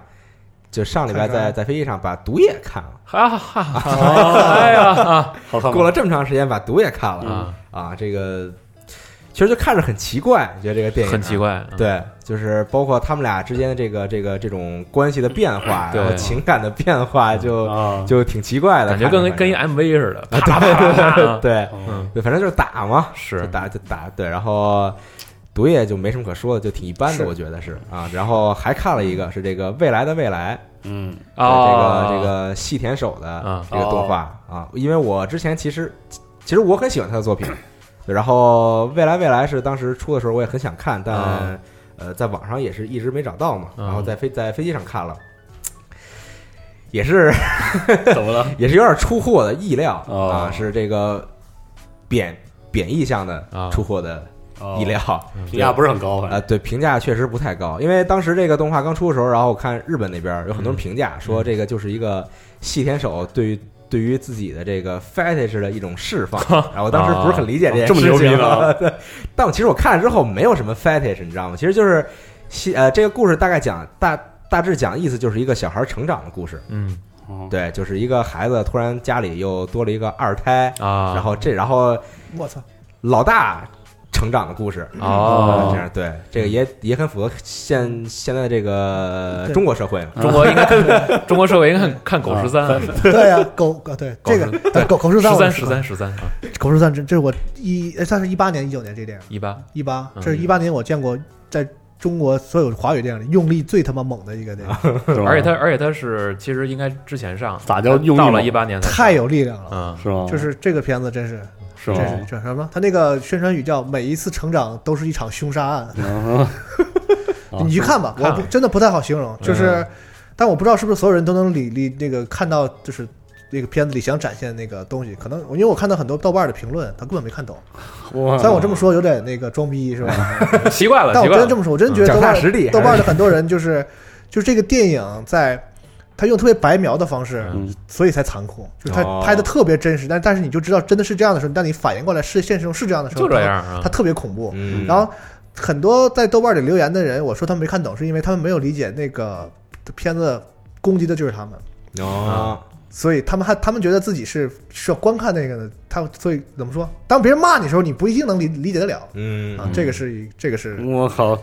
S2: 就上礼拜
S4: 看啥呀
S2: 在在飞机上把《毒液》看了，
S3: 哈哈
S2: 哦
S3: 哈！哎呀啊
S5: 好看吗
S2: 过了这么长时间把《毒液》看了
S3: 啊，
S2: 啊，这个其实就看着很奇怪，觉得这个电影啊
S3: 很奇。怪，嗯
S2: 对，就是包括他们俩之间的这个这个这种关系的变化，
S3: 对嗯
S2: 然后情感的变化就，
S5: 啊，
S2: 就挺奇怪的，
S3: 感觉
S2: 看着
S3: 跟跟一
S2: 反
S3: MV 似的，
S2: 正 对
S3: 嗯，
S2: 对，反正就是打嘛，就是打就打，对，然后毒液就没什么可说的，就挺一般
S4: 是
S2: 的，我觉得是啊。然后还看了一个是这个未来的未来，
S5: 嗯，
S3: 哦，
S2: 对这个这个细田守的
S3: 啊
S2: 这个动画啊，因为我之前其实其实我很喜欢他的作品，对然后未来未来是当时出的时候我也很想看，但
S3: 啊
S2: 呃在网上也是一直没找到嘛，然后
S3: 嗯
S2: 在飞在飞机上看了。也是
S5: 怎么了？
S2: 也是有点出乎我的意料
S5: 哦
S2: 啊，是这个贬贬义向的
S3: 啊嗯
S2: 出乎我的
S5: 哦
S2: 意料
S5: 评价不是很高，反
S2: 啊，
S5: 正
S2: 对，评价确实不太高，因为当时这个动画刚出的时候，然后我看日本那边有很
S5: 嗯
S2: 多人评价说这个就是一个细田守对于对于自己的这个 fetish 的一种释 放，然后我当时不是很理解这件
S5: 啊这么牛
S2: 事情
S5: 逼呢
S2: 对，但我其实我看了之后没有什么 fetish，你知道吗？其实就是细呃这个故事大概讲大大致讲意思就是一个小孩成长的故事，
S3: 嗯
S5: 哦
S2: 对，就是一个孩子突然家里又多了一个二胎，
S3: 啊，
S2: 然后这然后
S4: 我操，
S2: 老大成长的故事。
S3: 哦
S2: 啊，这样对，这个也也很符合现现在这个
S4: 对
S2: 中国社会 嘛。
S3: 中国应该中国社会应该看看狗十三
S4: 对呀，狗啊，对
S3: 狗
S4: 这
S3: 十
S4: 个狗狗十
S3: 十
S4: 三，
S3: 三十三十三啊，
S4: 狗十三，这这是我一哎算是一八年一九年这电影，
S3: 一八
S4: 一八，
S3: 嗯
S4: 这是一八年我见过在中国所有华语电影里用力最他妈猛的一个电影，
S5: 是吗
S3: 而且它而且它是其实应该之前上，
S5: 咋叫用力
S3: 到了
S5: 猛
S3: 一八年才上
S4: 太有力量了。
S3: 嗯
S5: 是吗？
S4: 就是这个片子，真是，
S5: 是
S4: 真
S5: 吗？
S4: 是这什么？他那个宣传语叫“每一次成长都是一场凶杀案”，
S5: 嗯啊
S4: 你去看吧，我
S3: 看嗯
S4: 不
S3: 了
S4: 真的不太好形容，就是，但我不知道是不是所有人都能理理那个看到就是那个片子里想展现的那个东西，可能因为我看到很多豆瓣的评论，他根本没看懂。
S5: 哇
S4: 虽然我这么说有点那个装逼是吧？
S3: 习惯了，
S4: 但
S3: 嗯习
S4: 我真
S3: 惯
S4: 的
S3: 了嗯
S4: 这么说，我真觉得豆
S2: 脚踏
S4: 瓣
S2: 实地
S4: 豆
S2: 还
S4: 瓣
S2: 是
S4: 的很多人就是就是这个电影在。他用特别白描的方式，
S5: 嗯
S4: 所以才残酷，就是他
S2: 哦
S4: 拍的特别真实，但但是你就知道真的是这样的时候，但你反应过来是现实中是这样的时候，
S3: 就这样啊
S4: 它，它特别恐怖。
S2: 嗯，
S4: 然后很多在豆瓣里留言的人，我说他们没看懂，是因为他们没有理解那个片子攻击的就是他们，
S2: 哦，
S4: 所以他们还他们觉得自己是是要观看那个的，他所以怎么说？当别人骂你的时候，你不一定能理理解得了
S2: 嗯
S4: 啊。这个是一这个是
S5: 嗯我靠，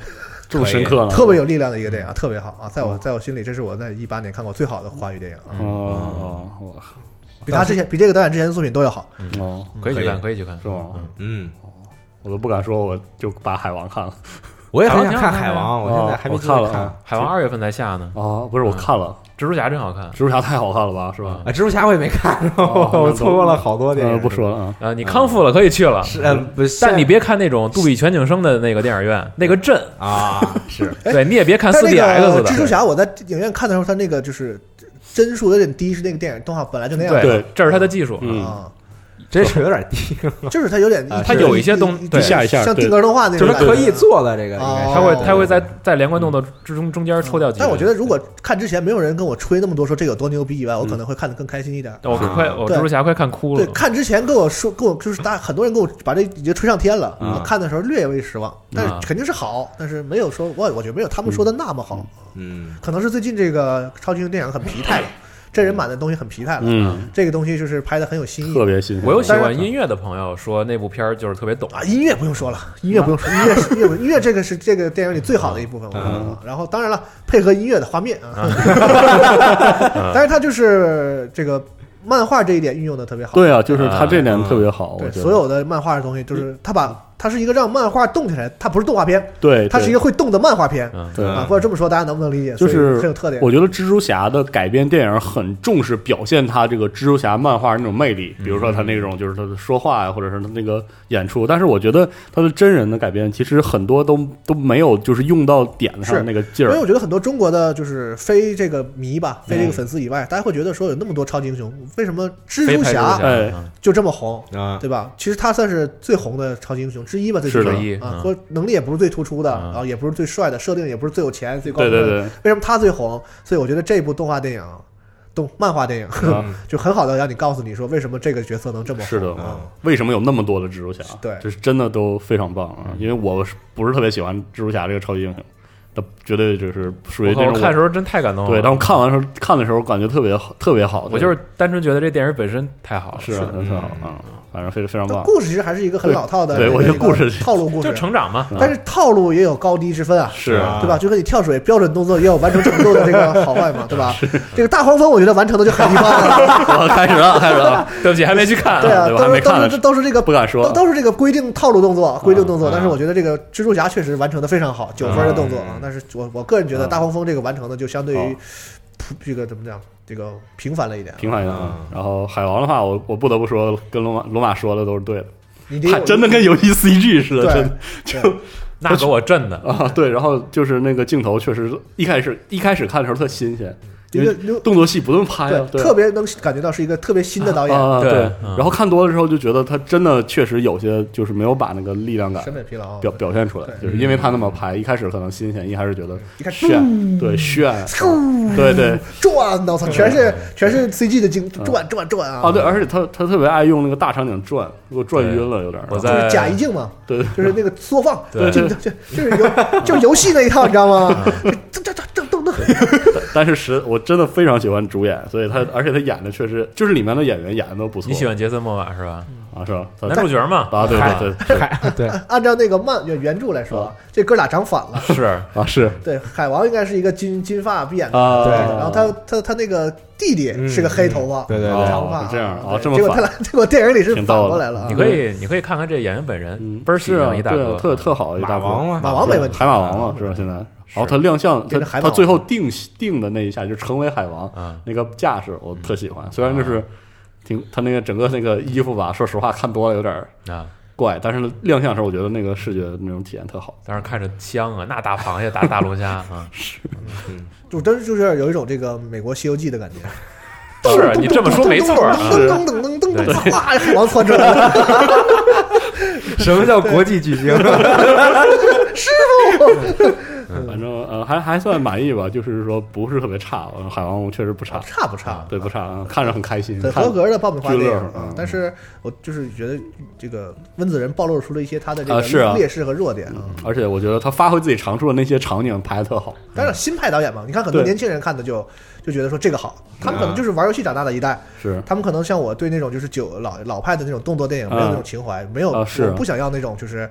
S5: 这么深刻呢？
S4: 特别有力量的一个电
S3: 嗯
S4: 影啊，特别好啊，在我在我心里，这是我在一八年看过最好的华语电影啊，
S5: 哦，我
S4: 比他之前比这个导演之前的作品都要好。
S5: 靠，哦，
S3: 可以去
S2: 可
S3: 看，
S2: 以
S3: 可以去看，
S5: 是吗？
S2: 嗯，
S5: 我都不敢说，我就把海王看了。
S2: 我也很想
S3: 海王
S2: 海王，我现在还没
S5: 哦
S2: 机会
S5: 我看了
S2: 看
S5: 啊。
S3: 海王二月份才下呢，
S5: 哦，不是，我看了，嗯
S3: 蜘蛛侠真好看。
S5: 蜘蛛侠太好看了吧，是吧？
S2: 啊，蜘蛛侠我也没看，
S5: 哦
S2: 我错过了好多电
S5: 呃
S2: 影。
S5: 不说了啊，
S3: 呃，你康复了可以去了，
S2: 是，呃，不，
S3: 但你别看那种杜比全景声的那个电影院，那个震，
S2: 啊，是
S3: 对你也别看
S4: 哎但那
S3: 4DX
S4: 个
S3: 的
S4: 蜘蛛侠，我在影院看的时候，它那个就是帧数有点低，是那个电影动画本来就那样
S3: 对
S5: 对，
S3: 这是他的技术。
S5: 嗯，
S4: 啊，
S2: 真是有点低，
S4: 就是它有点
S5: 啊，
S3: 它有一些东对
S5: 一下一下
S4: 像
S5: 对
S4: 定格动画那
S2: 就
S4: 种
S2: 是
S4: 感觉，啊
S2: 刻意做的这个，应该是
S3: 他会
S4: 哦
S3: 他会在在连贯动作之中中间抽掉几个。
S4: 但我觉得，如果看之前没有人跟我吹那么多说这有多牛逼以外，
S3: 嗯
S4: 我可能会看得更开心一点。
S3: 我快我
S4: 对
S3: 蜘蛛侠快看哭
S4: 对
S3: 了，。
S4: 看之前跟我说，跟我就是大很多人跟我把这已经吹上天了。
S2: 嗯
S4: 我看的时候略微失望，但
S3: 嗯
S4: 是肯定是好，但是没有说我我觉得没有他们说的那么好。
S2: 嗯，
S4: 可能是最近这个超级英雄电影很疲态了，真人版的东西很疲态了。
S5: 嗯，
S4: 这个东西就是拍的很有新
S5: 特
S4: 意
S5: 别新鲜。
S3: 我有喜
S4: 但
S3: 欢
S4: 是
S3: 音乐的朋友说那部片儿就是特别懂，
S4: 啊！音乐不用说了，音乐不用说，音乐是音乐音乐这个是这个电影里最好的一部分，我觉得。然后当然了，配合音乐的画面 啊，但是它就是这个漫画这一点运用的特别好。
S5: 对啊，就是他这点特别好，我
S4: 对，
S5: 觉得嗯
S4: 所有的漫画的东西，就是它把它是一个让漫画动起来，它不是动画片，
S5: 对，
S4: 它是一个会动的漫画片
S3: 嗯，
S5: 对
S4: 啊，或者这么说，大家能不能理解？所
S5: 就
S4: 以
S5: 是
S4: 很有特点。
S5: 我觉得蜘蛛侠的改编电影很重视表现他这个蜘蛛侠漫画那种魅力，比如说他那种就是他的说话呀，或者是他那个演出。但是我觉得他的真人的改编其实很多都都没有就是用到点上的那个劲
S4: 因为
S5: 儿
S4: 我。觉得很多中国的就是非这个迷吧，
S5: 嗯
S4: 非这个粉丝以外，大家会觉得说有那么多超级英雄，为什么蜘
S3: 非
S4: 蛛
S3: 拍蜘
S4: 侠
S3: 蛛
S5: 哎
S3: 嗯
S4: 就这么红，
S2: 啊，
S4: 对吧？其实他算是最红的超级英雄之一吧，最起
S5: 是的
S4: 码
S3: 之一
S4: 啊
S3: 嗯，
S4: 或者能力也不是最突出的，
S3: 嗯
S4: 然后也不是最帅的，设定也不是最有钱、最高
S5: 对
S4: 的。
S5: 对对，
S4: 为什么他最红？所以我觉得这部动画电影、动漫画电影、
S5: 嗯
S4: 就很好的让你告诉你说为什么这个角色能这么红。
S5: 是的嗯
S4: 啊，
S5: 为什么有那么多的蜘蛛侠？
S4: 对
S5: 这是真的都非常棒啊！因为我是不是特别喜欢蜘蛛侠这个超级英雄，他绝对就是属于
S3: 我
S5: 这
S3: 靠，
S5: 种
S3: 我看的时候真太感动了。
S5: 对，但我看完的时候看的时候感觉特别好，特别好。
S3: 我就是单纯觉得这电影本身太好了，
S5: 是啊特好啊，反正非常非常
S4: 但
S5: 棒。
S4: 故事其实还是一个很老套的，
S5: 对对我觉得
S4: 一个
S5: 故事嗯
S4: 套路故
S3: 就
S4: 事，
S3: 成长嘛。
S4: 但是套路也有高低之分啊。
S5: 是啊，
S4: 对吧？就跟你跳水标准动作也有完成程度的这个好坏嘛， 对吧？这个大黄蜂我觉得完成的就很一般了，
S5: 我开始 了，开始了，
S3: 对不起，还没去看。
S4: 对啊，
S5: 对吧还
S4: 都
S5: 没
S4: 是都
S5: 看呢
S4: 是这都是这个
S5: 不敢说
S4: 都都是这个规定套路动作，规定动作。
S5: 啊
S4: 但是我觉得这个蜘蛛侠确实完成的非常好，九分的动作啊
S2: 嗯。
S4: 但是我我个人觉得
S5: 嗯
S4: 大黄蜂这个完成的就相对于
S5: 好
S4: 普这个怎么讲，这个平凡了一点。
S5: 平凡一下
S4: 嗯
S5: 啊。然后海王的话，我我不得不说，跟罗马罗马说的都是对的，
S4: 你得
S5: 他真的跟游戏 CG 似的，
S4: 对
S5: 真的
S4: 对
S5: 就
S3: 那给我震的，
S5: 啊对。然后就是那个镜头，确实一开始一开始看的时候特新鲜，因
S4: 一个
S5: 为动作戏不断拍啊，
S4: 对特别能感觉到是一个特别新的导演，
S5: 啊
S3: 对
S5: 对。
S3: 嗯
S5: 然后看多了之后就觉得他真的确实有些就是没有把那个力量感
S4: 审美疲劳啊。
S5: 表表现出来，
S4: 对嗯
S5: 就是因为他那么拍，一开始可能新鲜，一开始觉得
S4: 一看
S5: 炫，对炫，对对
S4: 转的，我操，全是全是 CG 的镜转转转啊！
S5: 啊对，而且他他特别爱用那个大场景转，给我转晕了有点儿。啊
S3: 我
S4: 就
S3: 在
S4: 是假意境嘛，
S5: 对对
S4: 就是那个缩放，
S3: 对
S4: 就就就就是游就是游戏那一套，你知道吗？
S5: 嗯
S4: 这这这这这这，
S5: 但是实我真的非常喜欢主演，所以他而且他演的确实就是里面的演员演的都不错。
S3: 你喜欢杰森·莫玛是吧？
S5: 啊是吧？他
S3: 男主角嘛，
S5: 啊对
S3: 嗨
S5: 对对对
S2: 对，
S4: 按照那个漫原原著来说
S5: 啊，
S4: 这哥俩长反 了。
S3: 是
S5: 啊是
S4: 对，海王应该是一个金金发碧眼的，
S5: 啊嗯
S2: 对
S4: 然后他他他那个弟弟是个黑头啊
S2: 嗯
S4: 发，
S2: 对对
S5: 哦
S2: 对，
S4: 长发
S5: 这样
S4: 啊
S5: 哦，这么
S4: 结果
S5: 反
S4: 他俩 结果电影里是
S5: 挺
S4: 反
S5: 逗的
S4: 过来了啊
S3: 你。可以，你可以看看这演员本
S5: 嗯
S3: 人，倍儿喜
S5: 是啊
S3: 欢一大
S5: 对
S3: 哥
S5: 啊，特特好一大
S2: 马
S5: 哥
S2: 王嘛，
S4: 马王没问题，
S5: 海马王嘛是吧？现在然后他亮相，他
S4: 变成海马
S5: 他
S4: 王
S5: 最后定定的那一下就成为海王
S3: 嗯，
S5: 那个架势我特喜欢，虽然
S4: 啊
S5: 就是挺他那个整个那个衣服吧，说实话看多了有点儿
S3: 啊！
S5: 怪，但是亮相的时候我觉得那个视觉那种体验特好。
S3: 当时看着香啊，那大螃蟹、大大龙虾 啊，
S4: 就真是就是有一种这个美国《西游记》的感觉。
S3: 是啊你这么说没错 儿啊。
S4: 噔噔噔噔噔噔噔，哇， 海王窜出来了，
S2: 什么叫国际巨星？
S5: 反正呃还还算满意吧，就是说不是特别差，呃海王确实不差，
S4: 差不差？
S5: 对不差，嗯看着很开心，
S4: 很
S5: 看
S4: 合格的爆米花电影
S5: 俱乐部
S4: 啊
S5: 嗯。
S4: 但是我就是觉得这个温子仁暴露出了一些他的这
S5: 啊是啊
S4: 个劣势和弱点啊。
S5: 而且我觉得他发挥自己长处的那些场景拍的特好，
S4: 当然，新派导演嘛，你看很多
S5: 对嗯
S4: 年轻人看的就就觉得说这个好，他们可能就是玩游戏长大的一代，
S5: 是
S4: 他们可能像我对那种就是九老老派的那种动作电影没有那种情怀，没有
S5: 嗯啊是
S4: 我不想要那种就是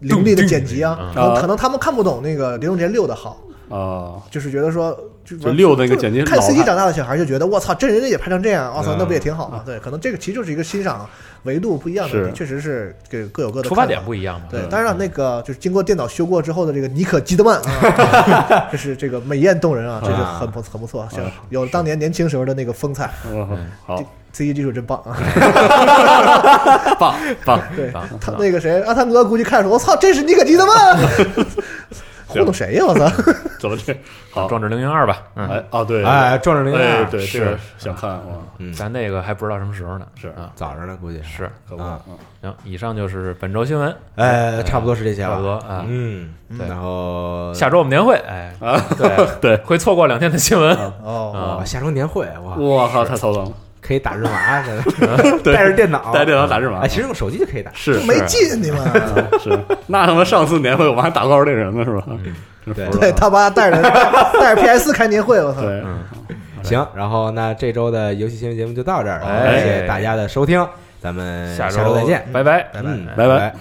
S4: 凌厉的剪辑啊，
S3: 嗯
S4: 可能可能他们看不懂那个《碟中谍六》的好，
S5: 啊，
S4: 就是觉得说，就
S5: 就六那个剪辑
S4: 看
S5: 老
S4: CG
S5: 看
S4: 长大的小孩就觉得，我操，真人也拍成这样，啊我操
S2: 嗯，
S4: 那不也挺好吗？对，可能这个其实就是一个欣赏维度不一样的问题，确实是这个各有各的
S3: 出发
S4: 看法
S3: 点不一样嘛。
S4: 对，当然了，那个就是经过电脑修过之后的这个尼可基德曼，啊，这是这个美艳动人啊，这是很不很不错，像有当年年轻时候的那个风采
S5: 嗯好，
S4: ，CG 技术真棒啊！
S3: 棒棒
S4: 对
S3: 棒！
S4: 他那个谁，阿汤哥估计看着说，我操，这是尼可基德曼，糊弄谁呀？我操！
S5: 怎么这好？
S3: 壮志凌云二吧，嗯，
S5: 哎啊，对，
S2: 哎，壮志凌云
S5: 哎
S2: 啊，
S5: 对，这个想看哇，
S2: 嗯
S3: 咱那个还不知道什么时候呢。
S5: 是
S3: 啊，
S2: 早着呢，估计
S3: 是
S5: 可不
S2: 啊，
S5: 嗯
S3: 行，以上就是本周新闻，
S2: 呃，差不多是这些吧，
S3: 差不多啊
S2: 嗯，
S3: 对
S2: 然后
S3: 下周我们年会，哎，
S5: 啊，
S3: 对
S5: 对，
S3: 会错过两天的新闻。
S4: 哦，
S3: 啊
S2: 哇，下周年会哇，
S5: 我靠，太操蛋了，
S2: 可以打日麻，真的
S5: 嗯对
S2: 带着电脑，
S5: 带着电脑打日麻
S2: 哎，其实用手机就可以打，
S5: 是
S4: 没
S5: 是
S4: 劲你们。啊
S5: 是，那他妈上次年会我们还打怪物猎人呢，是吧？
S2: 嗯
S5: 真服了
S4: 对他妈带着带着 PS 开年会，
S2: 嗯
S4: 我操！
S5: 对，
S2: 行，然后那这周的游戏新闻节目就到这儿，
S3: 哎
S2: 谢谢大家的收听，咱们
S3: 下
S2: 周再见，
S3: 拜拜，
S2: 嗯，
S5: 拜拜
S2: 拜。